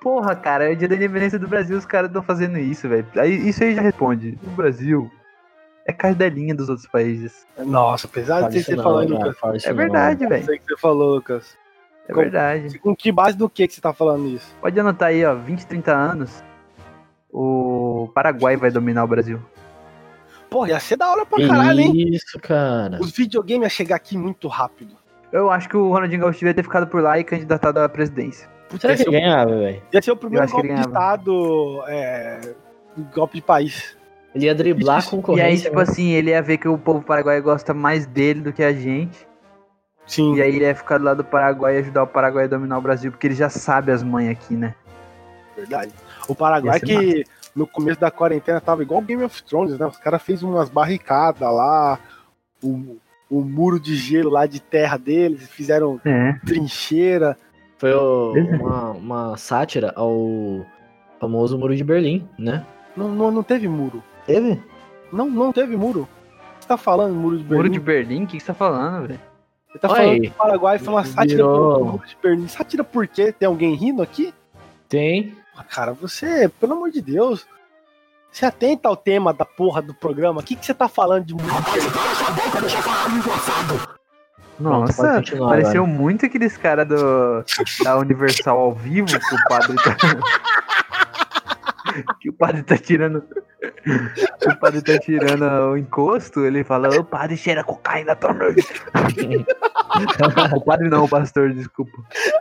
Porra, cara, é o dia da independência do Brasil, os caras estão fazendo isso, velho. Aí- Isso aí já responde. O Brasil é cardelinha dos outros países.
Nossa, apesar
Fala
de
isso
você
não,
falar,
não, né?
Lucas.
fala isso
É
não.
verdade,
Eu
velho.
sei o que você falou, Lucas.
É
Como-
verdade.
Com que base do que, que você tá falando isso?
Pode anotar aí, ó, 20, 30 anos, o Paraguai vai dominar o Brasil.
Porra, ia ser da hora pra
Que
caralho, hein?
Isso, cara.
Os videogames iam chegar aqui muito rápido.
Eu acho que o Ronaldinho Gaúcho devia ter ficado por lá e candidatado à presidência.
Será
ia,
que
ser
ele
o,
ganhava, velho?
ia ser o primeiro
acho que
golpe
ele
de
ganhava.
Estado, é, golpe de país.
Ele ia driblar a
E aí,
concorrência.
tipo assim, ele ia ver que o povo paraguaio gosta mais dele do que a gente.
Sim.
E aí ele ia ficar do lado do Paraguai e ajudar o Paraguai a dominar o Brasil, porque ele já sabe as mães aqui, né?
Verdade. O Paraguai
Ia ser
que no começo da quarentena tava igual Game of Thrones, né? Os caras fez umas barricadas lá, o, o muro de gelo lá de terra deles, fizeram
É.
trincheira.
Foi o- uma, uma sátira ao famoso Muro de Berlim, né?
Não, não, não teve muro.
Teve?
Não, não teve muro. Você tá falando muro de Berlim?
Muro de Berlim? O que que você tá falando, velho?
Você tá
Olha
falando
aí.
que o Paraguai foi uma sátira
Virou.
do muro de Berlim. Sátira por quê? Tem alguém rindo aqui?
Tem.
Ah, Cara, você, pelo amor de Deus, se atenta ao tema da porra do programa. O que, que você tá falando de muro de Berlim?
pode
Nossa,
continuar,
pareceu muito aqueles caras do da Universal ao vivo que o padre tá. que o padre tá tirando. que o padre tá tirando o encosto, ele fala, o padre cheira cocaína também. o padre não, o pastor, desculpa.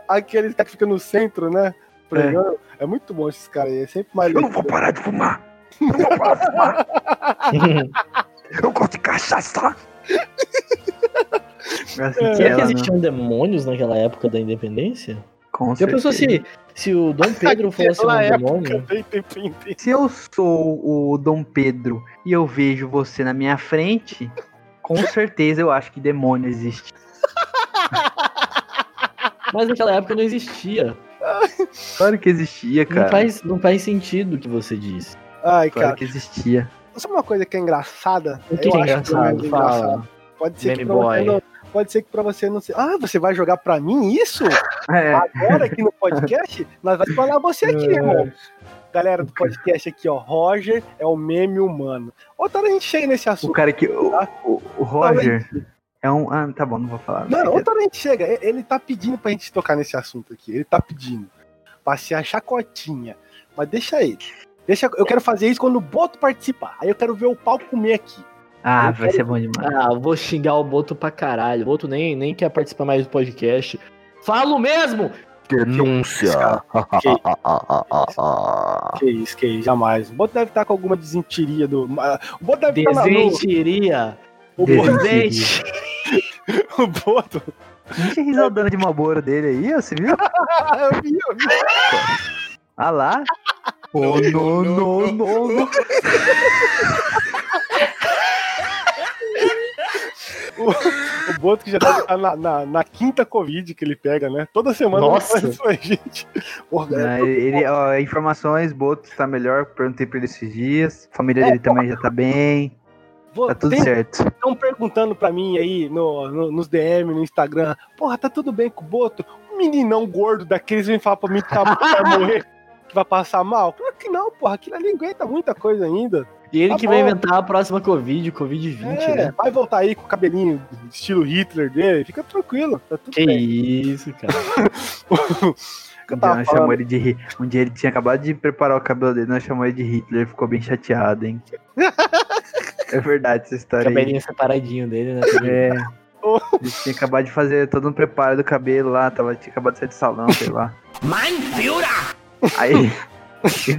aqueles que ficam no centro, né? Pregando. É. muito bom esses caras aí, é sempre mais
Eu não vou parar de fumar! Eu não vou parar de fumar! Eu gosto de cachaça! É assim que
Será que
ela, né?
existiam demônios naquela época da independência?
Com
Já pensou
certeza.
se, se o Dom Pedro fosse um
Naquela
demônio?
Tem, tem, tem, tem.
Se eu sou o Dom Pedro e eu vejo você na minha frente, com certeza eu acho que demônio existe.
Mas naquela época não existia.
Claro que existia,
Não
cara.
faz, não faz sentido o que você disse.
Ai,
Claro
cara.
que existia.
Sabe uma coisa que é engraçada?
O que
Eu
é
acho que não é
engraçado? Fala.
Pode ser, que
Meme
pra você
boy.
não, pode ser que pra você não seja. Ah, você vai jogar pra mim isso?
É,
Agora aqui no podcast? Nós vamos falar você aqui, irmão. Galera do podcast aqui, ó. Roger é o meme humano. Outra hora a gente chega nesse
o
assunto.
cara que. O, o- o Roger é um. Ah, tá bom, não vou falar.
Mano, outra hora a gente chega. E- Ele tá pedindo pra gente tocar nesse assunto aqui. Ele tá pedindo. Passear chacotinha. Mas deixa ele. Deixa, eu quero fazer isso quando o Boto participar. Aí eu quero ver o pau comer aqui.
Ah,
eu
vai
quero-
ser bom demais.
Ah, vou xingar o Boto pra caralho. O Boto nem, nem quer participar mais do podcast. Falo mesmo!
Denúncia.
Que isso, Ah. que isso, que isso, jamais. O Boto deve estar com alguma desentiria do. ah, O Boto deve estar lá no.
Desentiria!
O Boto,
Desente!
o Boto.
Deixa a risodana de malboro dele aí, ó, você viu?
Ah, eu vi, eu vi.
Ah lá. Oh, no, no, no, no.
O Boto que já deve estar na, na- na quinta Covid que ele pega, né? Toda semana
Nossa.
ele faz isso aí, gente. Porra, é, galera,
Não, Né, ele, ó, informações, Boto tá melhor, perguntei pra ele esses dias. A família dele também já tá bem,
vou-
tá tudo
É, tem-
certo.
Estão perguntando pra mim aí no, no- nos DM, no Instagram. Porra, tá tudo bem com o Boto? Um meninão gordo daqueles vem falar pra mim que tá que vai morrer, que vai passar mal? Claro que não, porra. Aquilo ali aguenta muita coisa ainda.
E ele
Tá
que vai
bom.
inventar a próxima Covid, Covid-20,
É,
né?
Vai voltar aí com o cabelinho estilo Hitler dele. Fica tranquilo. Tá tudo
Que
bem.
isso, cara.
O que eu
Um dia
tava
nós chamamos
falando?
ele de Hi- Um dia ele tinha acabado de preparar o cabelo dele, nós chamamos ele de Hitler, ele ficou bem chateado, hein? é verdade essa história aí.
Cabelinho separadinho dele, né?
É. Ele tinha acabado de fazer todo um preparo do cabelo lá, tava, tinha acabado de sair do salão, sei lá. Aí.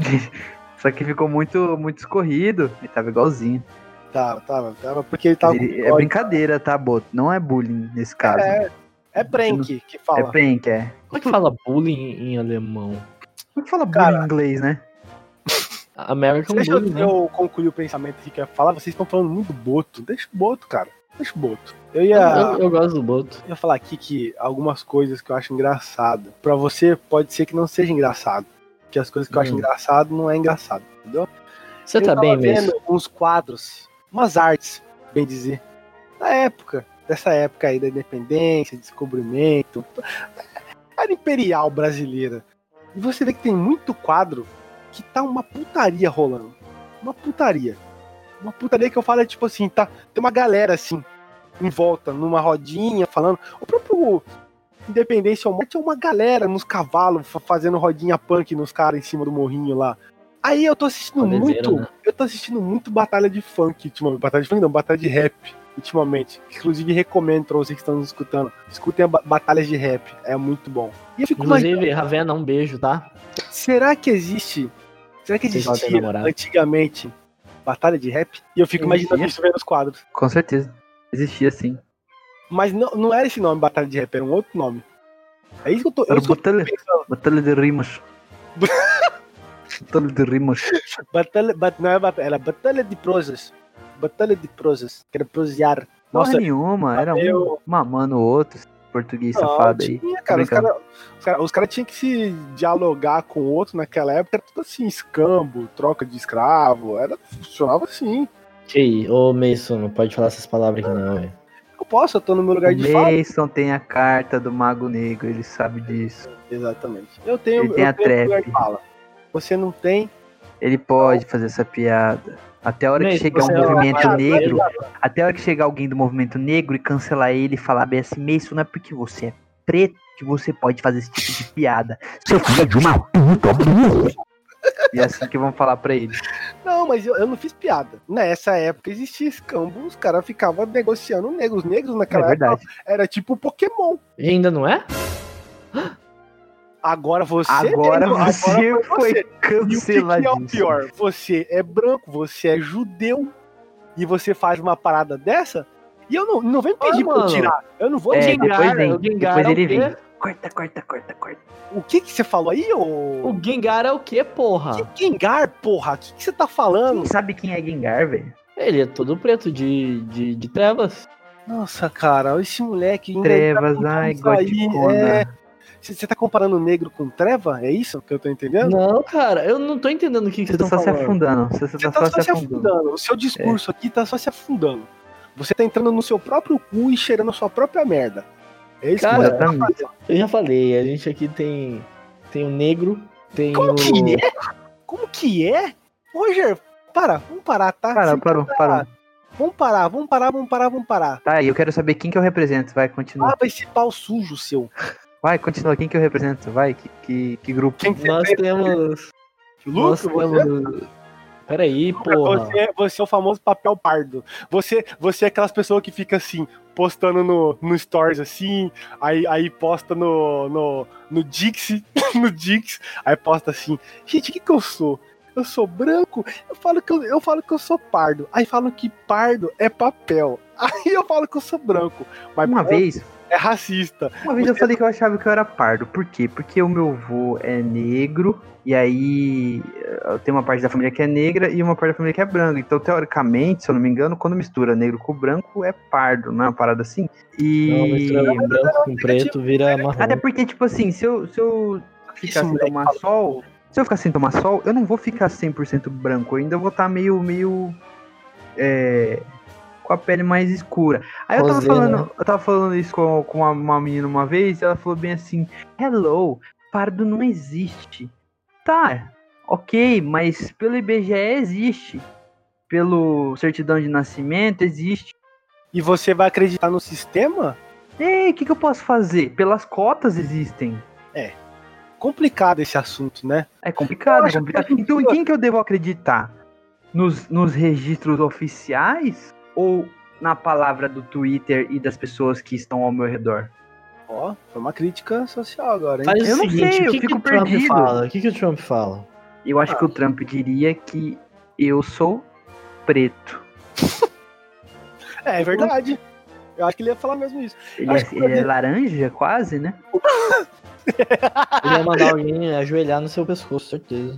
Só que ficou muito, muito escorrido. Ele tava igualzinho.
Tava, tava, tava. Tá, Porque ele tava.
Ele-
com
é
ódio.
brincadeira, tá, Boto? Não é bullying nesse caso. É,
Tá é, é prank que fala.
prank, é.
Como é que fala bullying em alemão?
Como é que fala bullying
Cara.
em inglês, né?
American
Deixa
Bullying,
eu,
né?
eu concluir o pensamento que quer falar. Vocês estão falando muito do Boto. Deixa o Boto, cara. Deixa o Boto. Eu ia.
né? Eu, eu gosto do Boto.
Eu ia falar aqui que algumas coisas que eu acho engraçado, pra você pode ser que não seja engraçado, porque as coisas que eu acho
Hum.
engraçado não é engraçado, entendeu?
Você
eu
tá
tava
bem
vendo
mesmo?
uns quadros, umas artes, bem dizer, da época, dessa época aí da independência, descobrimento, era imperial brasileira. E você vê que tem muito quadro que tá uma putaria rolando. Uma putaria. uma putaria que eu falo é tipo assim, tá? Tem uma galera assim, em volta, numa rodinha, falando. O próprio Independência Almighty é uma galera nos cavalos fa- fazendo rodinha punk nos caras em cima do morrinho lá. Aí eu tô assistindo
Rodezeiro,
muito.
né?
Eu tô assistindo muito batalha de funk ultimamente. Batalha de funk não, batalha de rap ultimamente. Inclusive recomendo pra vocês que estão nos escutando. Escutem a ba- batalhas de rap. É muito bom. E eu fico imaginando,
Inclusive, Ravena, um beijo, tá?
será que existe? Será que
Vocês vão ter
existia
namorado.
antigamente batalha de rap? E eu fico imaginando
Existia.
isso vendo os quadros.
Com certeza. Existia sim.
Mas não, não era esse nome, Batalha de Rap, era um outro nome. É isso que eu tô, é
Era
isso que eu
batalha,
tô pensando.
batalha de rimas. batalha de rimas.
Batalha, bat- não é batalha, era Batalha de Prosas. Batalha de Prosas, que era prosear.
Porra
Nossa,
nenhuma, era um
é eu-
mamando o outro, esse português
não, tipo,
safado aí. tá
tinha, cara, os
Brincando.
caras os cara, os cara tinham que se dialogar com o outro naquela época, era tudo assim, escambo, troca de escravo, era, funcionava assim.
Que aí, ô Mason, não pode falar essas palavras aqui não, velho.
Eu posso, eu tô no meu lugar de
O
fala.
Mason tem a carta do Mago Negro, ele sabe disso.
Exatamente. Eu tenho,
Ele tem
eu
a
tenho meu lugar
trap.
de fala. Você não tem.
Ele pode fazer essa piada. Até a hora que
Mason,
chegar um
você é uma
movimento
piada,
negro, até a hora que chegar alguém do movimento negro e cancelar ele e falar bem assim, Mason, não é porque você é preto que você pode fazer esse tipo de piada. é
Seu filho de uma puta, burro.
E é assim que vão falar pra ele.
Não, mas eu, eu não fiz piada. Nessa época existia escambo, os caras ficavam negociando negros. Negros
É
naquela
verdade.
época era tipo Pokémon.
E ainda não é?
Agora você.
Agora
mesmo,
você
agora
foi
E o que, que é o
canceladíssimo.
pior? Você é branco, você é judeu e você faz uma parada dessa? E eu não, não vem pedir pra eu
mano.
tirar. Eu não vou
É,
tirar.
depois vem,
o Gengar
depois
é o
ele
quê?
Corta, corta, corta, corta.
O que, que você falou aí, ô.
O Gengar é o quê, porra?
Que Gengar, porra? O que, que você tá falando?
Quem sabe quem é Gengar, velho?
Ele é todo preto de, de, de trevas.
Nossa, cara, esse moleque. ainda
Trevas,
tá
ai,
contando isso aí, é.
goticona.
Você você tá comparando negro com treva? É isso que eu tô entendendo?
Não, cara, eu não tô entendendo o que, que
Você
vocês
tá
estão
só se
falando.
afundando. Você
Você
tá
tá só se
afundando. É.
afundando. O seu discurso aqui tá só se afundando. Você tá entrando no seu próprio cu e cheirando a sua própria merda. É isso
Cara,
que você tá
Exatamente.
fazendo.
Eu já falei, a gente aqui tem tem o negro, tem
Como
o
que é? Como que é? Roger, para, vamos parar, tá?
Parou,
Você-
parou, parou.
Vamos parar, vamos parar, vamos parar, vamos parar.
Tá, e eu quero saber quem que eu represento. Vai, continua.
Lava esse pau sujo seu.
Vai, continua. Quem que eu represento? Vai, que, que, que grupo?
Quem que você
nós
tem?
temos nós
é
Lucas, você, é
temos Peraí, porra.
você, você é o famoso papel pardo. Você, você é aquelas pessoas que fica assim, postando no, no Stories assim, aí, aí posta no, no, no Dix, no Dix, aí posta assim, gente, o que, que eu sou? Eu sou branco, eu falo, que eu, eu falo que eu sou pardo. Aí falam que pardo é papel. Aí eu falo que eu sou branco. Mas
Uma
branco
vez,
é racista.
uma vez eu falei que eu achava que eu era pardo. Por quê? Porque o meu avô é negro, e aí eh, tem uma parte da família que é negra e uma parte da família que é branca. Então, teoricamente, se eu não me engano, quando mistura negro com branco, é pardo, não é uma parada assim? E.
Não, mistura branco com preto vira marrom.
Até porque, tipo assim, se eu, se eu ficar sem
moleque
tomar
fala-
sol, se eu ficar sem tomar sol, eu não vou ficar 100% branco, eu ainda vou estar meio, meio, é, com a pele mais escura. Aí eu tava,
Rosé, né?
falando, eu tava falando isso com, com uma, uma menina uma vez, e ela falou bem assim, hello, pardo não existe. Tá, ok, mas pelo IBGE existe, pelo certidão de nascimento existe.
E você vai acreditar no sistema?
Ei, o que, que eu posso fazer? Pelas cotas existem.
Complicado esse assunto, né?
É complicado, é
acho que assim,
complicado.
a gente
Então, em
precisa-
quem que eu devo acreditar? Nos, nos registros oficiais ou na palavra do Twitter e das pessoas que estão ao meu redor?
Ó, foi uma crítica social agora, hein?
Faz
Eu
é o
não
seguinte,
sei,
o
eu
que, que
fico
o Trump
perdido.
fala? O que, que o Trump fala?
Eu
Ah.
acho que o Trump diria que eu sou preto.
É, é verdade. Eu acho que ele ia falar mesmo isso.
Ele,
Acho
é,
que
ele é laranja, quase, né?
Ele ia mandar alguém ajoelhar no seu pescoço, certeza.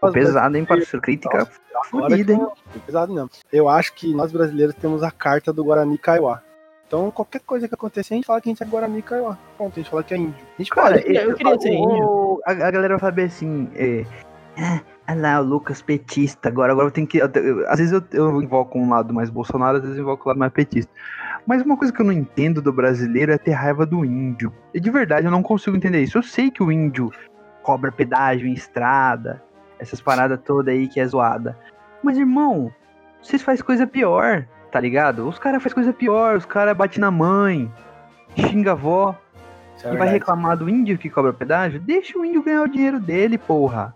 Pô, pesado, hein, parceiro?
tá
Crítica
Agora que
fodida, hein?
não é pesado mesmo. Eu acho que nós brasileiros temos a carta do Guarani Kaiowá. Então, qualquer coisa que acontecer, a gente fala que a gente é Guarani Kaiowá. Pronto, a gente fala que é índio. A gente
Cara, assim,
fala.
eu- eu queria ser
o- A, a galera vai saber assim. É, ah, ah lá, o Lucas petista. Agora, agora eu tenho que. eu te- eu- às vezes eu, eu invoco um lado mais Bolsonaro, às vezes eu invoco o lado mais petista. Mas uma coisa que eu não entendo do brasileiro é ter raiva do índio. E de verdade, eu não consigo entender isso. Eu sei que o índio cobra pedágio em estrada, essas paradas todas aí que é zoada. Mas, irmão, Vocês fazem coisa pior, tá ligado? Os caras fazem coisa pior, os caras batem na mãe, xinga a avó,
Isso é
e vai
verdade.
reclamar do índio que cobra pedágio? Deixa o índio ganhar o dinheiro dele, porra.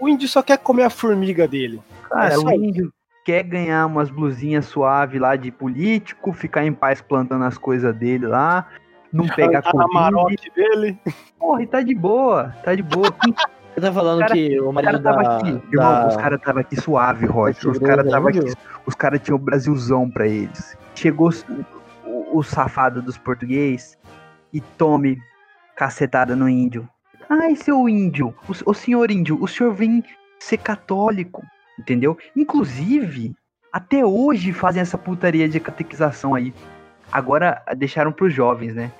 O índio só quer comer a formiga dele.
Cara,
É isso
o
aí.
índio quer ganhar umas blusinhas suaves lá de político, ficar em paz plantando as coisas dele lá, não pegar
Tá na
covid.
marote dele.
Porra, e tá de boa, tá de boa. Quem
Você tá falando
Cara,
que o
Os
marido
caras tava
da,
aqui,
da-
irmão, os caras tava aqui suave, Roger. Os caras tava aqui, os caras tinham o Brasilzão pra eles. Chegou os- o, o safado dos português e tome cacetada no índio. Ai, seu índio, o, s- o senhor índio, o senhor vem ser católico, entendeu? Inclusive, até hoje fazem essa putaria de catequização aí. Agora ah, deixaram pros jovens, né?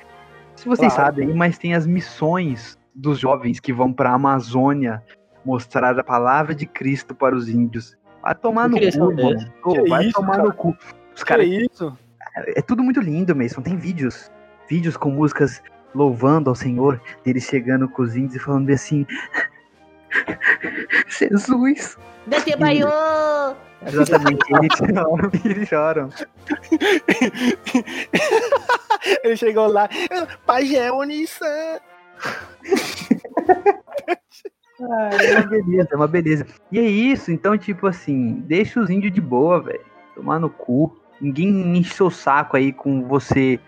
Se vocês
Claro.
sabem, mas tem as missões dos jovens que vão pra Amazônia mostrar a palavra de Cristo para os índios. Vai tomar
Eu
no cu,
queria saber.
irmão. Ô,
Que
vai
isso,
tomar
cara?
no cu. Os
Que
caras
isso?
é tudo muito lindo mesmo. Tem vídeos. Vídeos com músicas louvando ao Senhor, dele chegando com os índios e falando bem assim. Jesus!
Dete Baiô!
Exatamente, eles choram, eles choram.
Ele chegou lá. Pajé Unissan.
É uma beleza, é uma beleza. E é isso, então, tipo assim, deixa os índios de boa, velho. Tomar no cu. Ninguém enche seu saco aí com você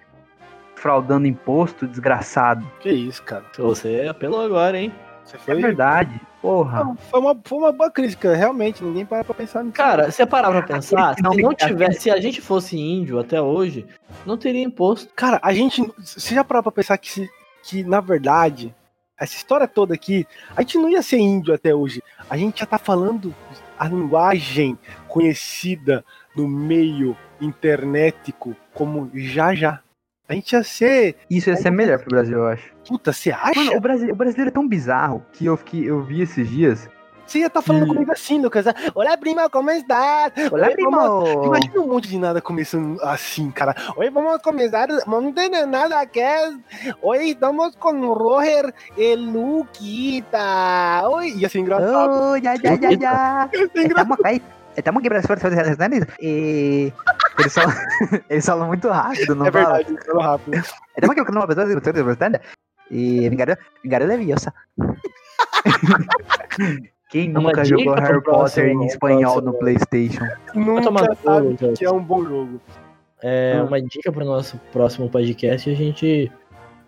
fraudando imposto, desgraçado.
Que isso, cara.
Você apelou agora, hein?
Você
É
foi.
verdade. Porra.
Não, foi, uma, foi uma boa crítica, realmente. Ninguém para pra pensar nisso.
Cara, se parar pra pensar, se
Não,
não
aquele-
tivesse, se a gente fosse índio até hoje, não teria imposto.
Cara, a gente. Você já parou pra pensar que, se- que, na verdade, essa história toda aqui, a gente não ia ser índio até hoje. A gente já tá falando a linguagem conhecida no meio internetico como já já. A gente ia ser.
Isso ia ser melhor pro Brasil, eu acho.
Puta, você acha?
Mano, o, brasi- o brasileiro é tão bizarro que eu, fiquei, eu vi esses dias.
você ia estar tá falando
Hum.
comigo assim, Lucas. Olá, prima, como está?
Olá, primo!
Imagina um monte de nada começando assim, cara. Oi, vamos começar. Não tem nada aqui. Oi, estamos com o Roger e Luquita. Oi, ia ser engraçado.
Oh, já, já, já, já.
Ia ser engraçado.
Estamos aí. Estamos é, aqui para as forças relacionadas. E... Eles falam, eles falam muito rápido, não
É
fala?
verdade, falou rápido.
Estamos aqui com uma pessoa de forças relacionadas. E vingarão, vingarão leviosa. Quem
Uma
nunca
dica
jogou
pro
Harry Potter
próximo-
em espanhol no
próximo-
Playstation?
Vai tomar então,
Nunca
no cu,
sabe
Lucas.
que é um bom jogo.
É
Ah.
uma dica pro nosso próximo podcast a gente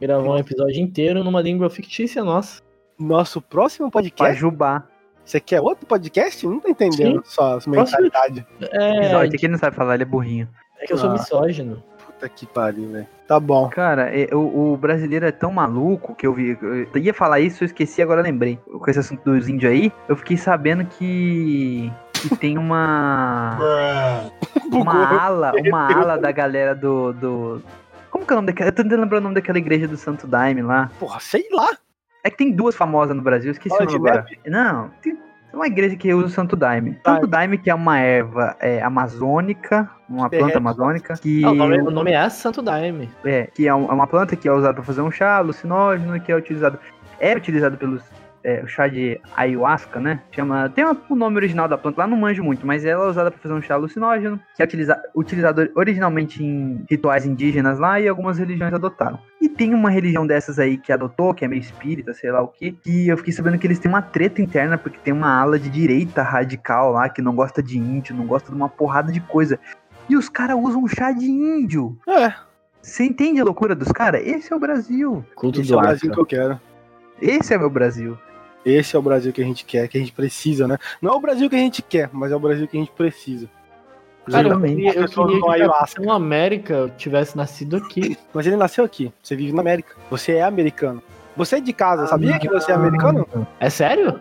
gravar um episódio inteiro numa língua fictícia nossa.
Nosso próximo podcast?
Pajubá.
Você quer outro podcast? Não tô entendendo só sua mentalidade.
É,
Episódio, Esse aqui não sabe falar, ele é burrinho.
é que eu sou
Ah.
misógino.
Puta que pariu, velho. Tá bom.
Cara, é, o, o brasileiro é tão maluco que eu vi. Eu ia falar isso, eu esqueci, agora eu lembrei. Com esse assunto dos índios aí, eu fiquei sabendo que. que tem uma.
Bugou.
uma ala, uma ala da galera do. do como que é o nome daquela? Eu tô tentando lembrar o nome daquela igreja do Santo Daime lá.
Porra, sei lá.
É que tem duas famosas no Brasil, esqueci
Bola
o nome
né?
de
agora. Não, tem tem uma igreja que usa o Santo Daime.
Tá.
Santo Daime, que é uma erva é, amazônica, uma
Derrete.
planta amazônica. Que
Ah, o, nome, o nome é Santo Daime.
é, que é um- é uma planta que é usada para fazer um chá alucinógeno, que é utilizado é utilizado pelos é, o chá de ayahuasca, né? Chama, tem uma- o nome original da planta lá, não manjo muito, mas ela é usada para fazer um chá alucinógeno, que é utiliza- utilizado originalmente em rituais indígenas lá e algumas religiões adotaram. E tem uma religião dessas aí que adotou, que é meio espírita, sei lá o quê, que eu fiquei sabendo que eles têm uma treta interna, porque tem uma ala de direita radical lá que não gosta de índio, não gosta de uma porrada de coisa. E os caras usam um chá de índio.
É,
Você entende a loucura dos caras? Esse é o Brasil.
Culto
esse é
do
o
Acre.
Brasil que eu quero.
Esse é o meu Brasil.
Esse é o Brasil que a gente quer, que a gente precisa, né? Não é o Brasil que a gente quer, mas é o Brasil que a gente precisa.
Cara, eu
Exatamente.
queria, eu
Eu sou
queria
do
que o
Ayahuasca.
Capitão América tivesse nascido aqui.
Mas ele nasceu aqui, você vive na América, você é americano. Você é de
Ah,
casa, sabia que você é americano?
É sério?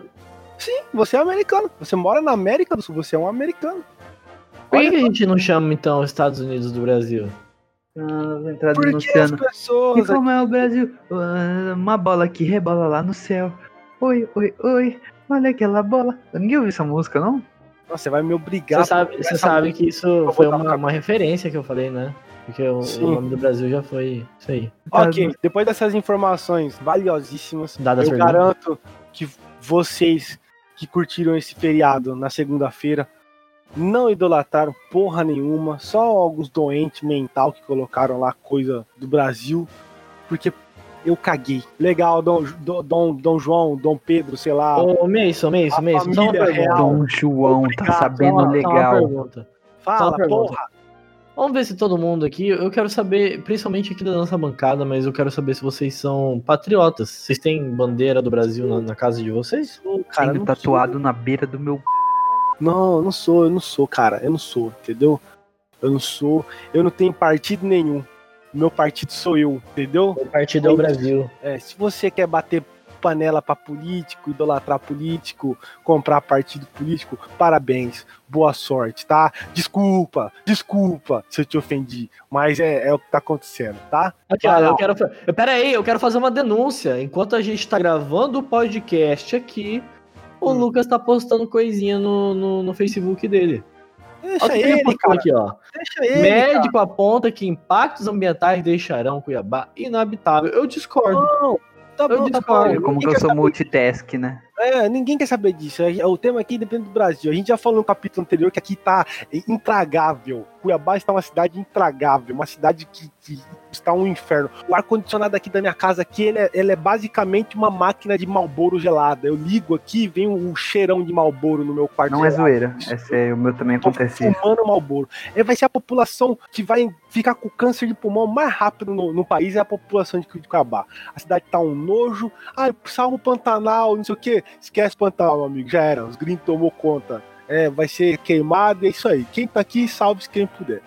Sim, você é americano. Você mora na América do Sul, você é um americano.
Por que
Olha
que a gente não chama, então, os Estados Unidos do Brasil?
Ah, vou entrar no
Porque as
oceano. E
pessoas.
como é o Brasil? Ah, Uma bola que rebola lá no céu. Oi, oi, oi. Olha aquela bola. Ninguém ouviu essa música, não?
Nossa, você vai me
Você
obrigar.
sabe, você sabe que isso
vou
foi
dar
uma, uma referência que eu falei, né? Porque o, o
Sim.
nome do Brasil já foi isso aí.
Ok, depois dessas informações valiosíssimas,
Dada as
eu
perguntas.
garanto que vocês que curtiram esse feriado na segunda-feira Não idolataram porra nenhuma, só alguns doentes mental que colocaram lá coisa do Brasil, porque eu caguei. Legal, Dom, Dom, Dom, Dom João, Dom Pedro, sei lá.
Ô, ô, Mason, Mason,
Ah. A
Mason, só uma
família
pergunta.
real.
Só
Dom João
Obrigado,
tá sabendo
uma- só uma
legal.
pergunta. só uma
Fala,
pergunta.
porra.
Vamos ver se todo mundo aqui, eu quero saber, principalmente aqui da nossa bancada, mas eu quero saber se vocês são patriotas. Vocês têm bandeira do Brasil na, na casa de vocês?
Sou, cara,
Sendo
não
tatuado na beira do meu.
sou. Não, eu não sou, eu não sou, cara. Eu não sou, entendeu? Eu não sou. Eu não tenho partido nenhum. Meu partido sou eu, entendeu?
O partido é o Brasil.
É, se você quer bater panela pra político, idolatrar político, comprar partido político, parabéns, boa sorte, tá? Desculpa, desculpa se eu te ofendi, mas é, é o que tá acontecendo, tá?
Aqui, olha, eu quero. fa- Pera aí, eu quero fazer uma denúncia. Enquanto a gente tá gravando o podcast aqui, o
Hum.
Lucas tá postando coisinha no, no, no Facebook dele.
Deixa
Olha o que ele postou aqui, ó.
deixa ele.
Médico aponta que impactos ambientais deixarão Cuiabá inabitável. Eu discordo.
Não, tá
Eu
bom, tá
discordo.
bom.
Olha como
Ninguém
que eu
quer
sou
saber
multitask, né?
É, ninguém quer saber disso. É, O tema aqui depende do Brasil. A gente já falou no capítulo anterior que aqui tá intragável. Cuiabá está uma cidade intragável, uma cidade que, que está um inferno. O ar-condicionado aqui da minha casa aqui, ele é, ele é basicamente uma máquina de malboro gelada. Eu ligo aqui e vem um cheirão de malboro no meu quarto.
Não é
gelado.
zoeira. É sério, o meu também
Tô
acontece isso.
Fumando malboro. É, vai ser a população que vai ficar com câncer de pulmão mais rápido no, no país, é a população de Cuiabá. A cidade tá um nojo. Ah, salvo Pantanal, não sei o quê. Esquece Pantanal, meu amigo. Já era. Os gringos tomou conta. É, vai ser queimado, é isso aí. Quem tá aqui, salve-se quem puder.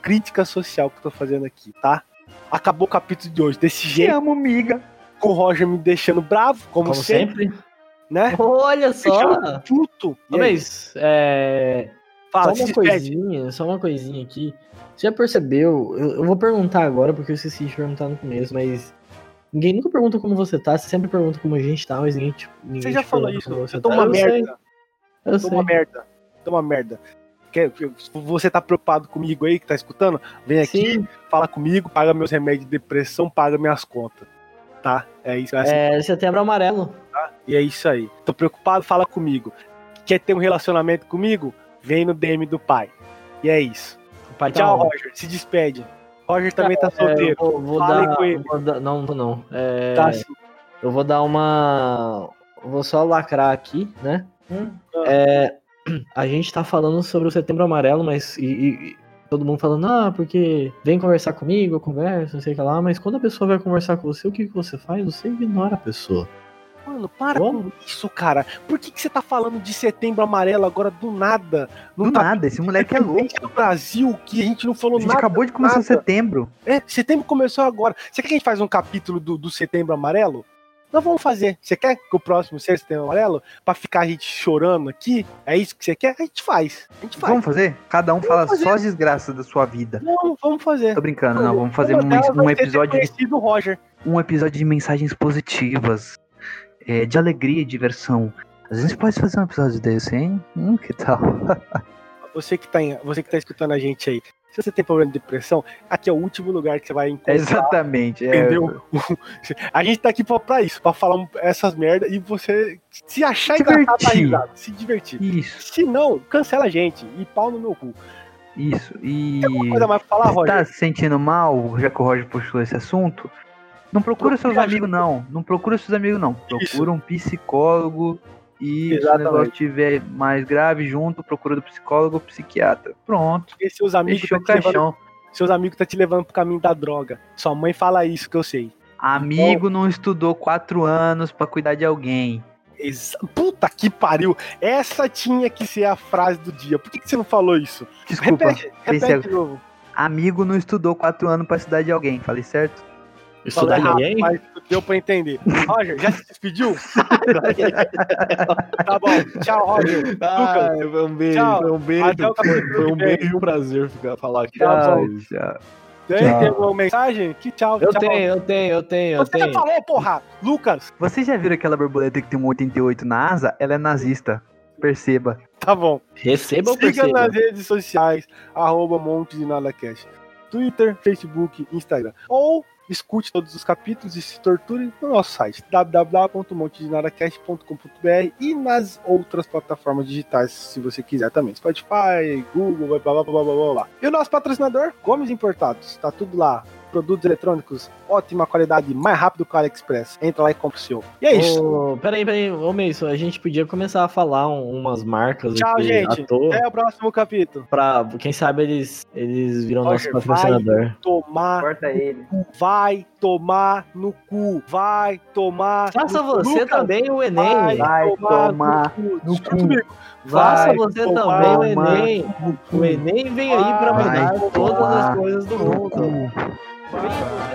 Crítica social que eu tô fazendo aqui, tá? Acabou o capítulo de hoje. Desse
Te
jeito,
amo, miga.
com o Roger me deixando bravo, como,
como
sempre,
sempre.
né?
Olha só!
Deixando puto. E aí,
Mas, é,
fala,
só
se
uma
despede.
coisinha, só uma coisinha aqui. Você já percebeu? Eu, eu vou perguntar agora, porque eu esqueci de perguntar no começo, mas. Ninguém nunca pergunta como você tá, você sempre pergunta como a gente tá, mas ninguém te. Ninguém
Você já
te
falou
pergunta
isso.
como você
Eu tô
tá.
uma
eu
merda.
Sei, eu
Tô
sei.
uma merda. Tô uma merda. Quer, que- se você tá preocupado comigo aí, que tá escutando? Vem aqui,
Sim,
fala comigo, paga meus remédios de depressão, paga minhas contas. Tá? É isso, é assim.
é, setembro amarelo.
E é isso aí. Tô preocupado, fala comigo. Quer ter um relacionamento comigo? Vem no DM do pai. E é isso.
O pai tá
Tchau,
on.
Roger. Se despede. Roger também tá
É, eu
solteiro.
vou, vou
Falem
dar,
com ele.
vou dar- Não, vou não. É,
Tá assim.
Eu vou dar uma. Vou só lacrar aqui, né?
Hum.
É, a gente tá falando sobre o Setembro Amarelo, mas. E, e- e todo mundo falando, ah, porque vem conversar comigo, eu converso, não sei o que lá, mas quando a pessoa vai conversar com você, o que, que você faz? Você ignora a pessoa.
Mano, para
Como?
com isso, cara. Por que, que você tá falando de setembro amarelo agora do nada? tá
Do nada, esse moleque é louco.
No Brasil, que a gente não
A
falou
gente
nada.
acabou de começar
nada.
setembro.
É, setembro começou agora. Você quer que a gente faz um capítulo do, do Setembro Amarelo? Nós vamos fazer. Você quer que o próximo seja Setembro Amarelo? Pra ficar a gente chorando aqui? É isso que você quer? A gente faz. A gente faz.
Vamos fazer? Cada um fala
fazer.
só as desgraças da sua vida.
Vamos, vamos fazer.
Tô brincando, não. Vamos fazer
Uma
um,
delas vai
um
ser
episódio de
reconhecido o Roger.
um episódio de mensagens positivas, é, de alegria e diversão. A gente pode fazer um episódio desse, hein? Hum, que tal?
Você que, tá em- você que tá escutando a gente aí. Se você tem problema de depressão, aqui é o último lugar que você vai encontrar.
Exatamente. é.
Entendeu? A gente tá aqui pra, pra isso, pra falar um, essas merdas e você se achar
Se
engraçado, dá
divertir.
risada, se divertir.
Isso,
Se não, cancela a gente e pau no meu cu.
isso. E
Coisa mais pra falar, Roger?
tá se sentindo mal, já que o Roger puxou esse assunto, não procura seus
Procura
amigos, não. Não procura seus amigos, não. Procura
Isso.
um psicólogo e se o
Exatamente.
negócio estiver mais grave junto, procura do psicólogo ou psiquiatra. Pronto.
Porque seus amigos
Fechou
tá
o
te levando
caixão.
Seus amigos tá te levando pro caminho da droga. Sua mãe fala isso que eu sei.
Amigo não estudou quatro anos pra cuidar de alguém.
Exa- Puta que pariu! Essa tinha que ser a frase do dia. Por que, que você não falou isso?
Desculpa. é
repete, repete
pensei-
de novo.
Amigo não estudou quatro anos pra estudar de alguém, falei certo?
Estudar
Falei errado,
ninguém?
Mas deu pra entender. Roger, já se despediu? tá bom. Tchau, Roger.
Ai, foi um beijo,
Tchau.
foi um
Até o capítulo
Foi um
que vem.
beijo e um prazer ficar, falar aqui.
Tchau,
Ai,
Já.
Tem,
Tchau.
tem uma mensagem? Que tchau,
Eu
tchau.
tenho, eu tenho, eu tenho, eu
Você tá já
tenho.
falou, porra! Lucas,
Vocês já viram aquela borboleta que tem um 88 na asa? Ela é nazista. Perceba.
tá bom.
Receba o
Siga
perceba.
nas redes sociais, arroba Monte de Nada Cash. Twitter, Facebook, Instagram. Ou discute todos os capítulos e se torture no nosso site www.montedinadacast.com.br e nas outras plataformas digitais, se você quiser também. Spotify, Google, blá blá blá blá blá blá. E o nosso patrocinador, Gomes Importados, tá tudo lá. Produtos eletrônicos, ótima qualidade, mais rápido que o AliExpress. Entra lá e compra o seu. E é isso.
Ô, peraí, peraí, ô Mason, a gente podia começar a falar um- umas marcas
Tchau,
aqui
gente. É.
à toa.
Até o próximo capítulo.
Pra, quem sabe eles, eles viram nosso
Roger,
patrocinador.
Tomar
Corta ele.
cu, vai tomar no cu, vai tomar.
Faça
no cu.
você
Lucas,
também o Enem.
Vai,
Vai
tomar,
tomar
no cu.
no
Escuta
cu.
comigo.
Faça
Vai
você
tomar
também o
no
Enem. O Enem vem aí pra
Vai
mudar todas
tomar
as coisas do mundo. Vem você.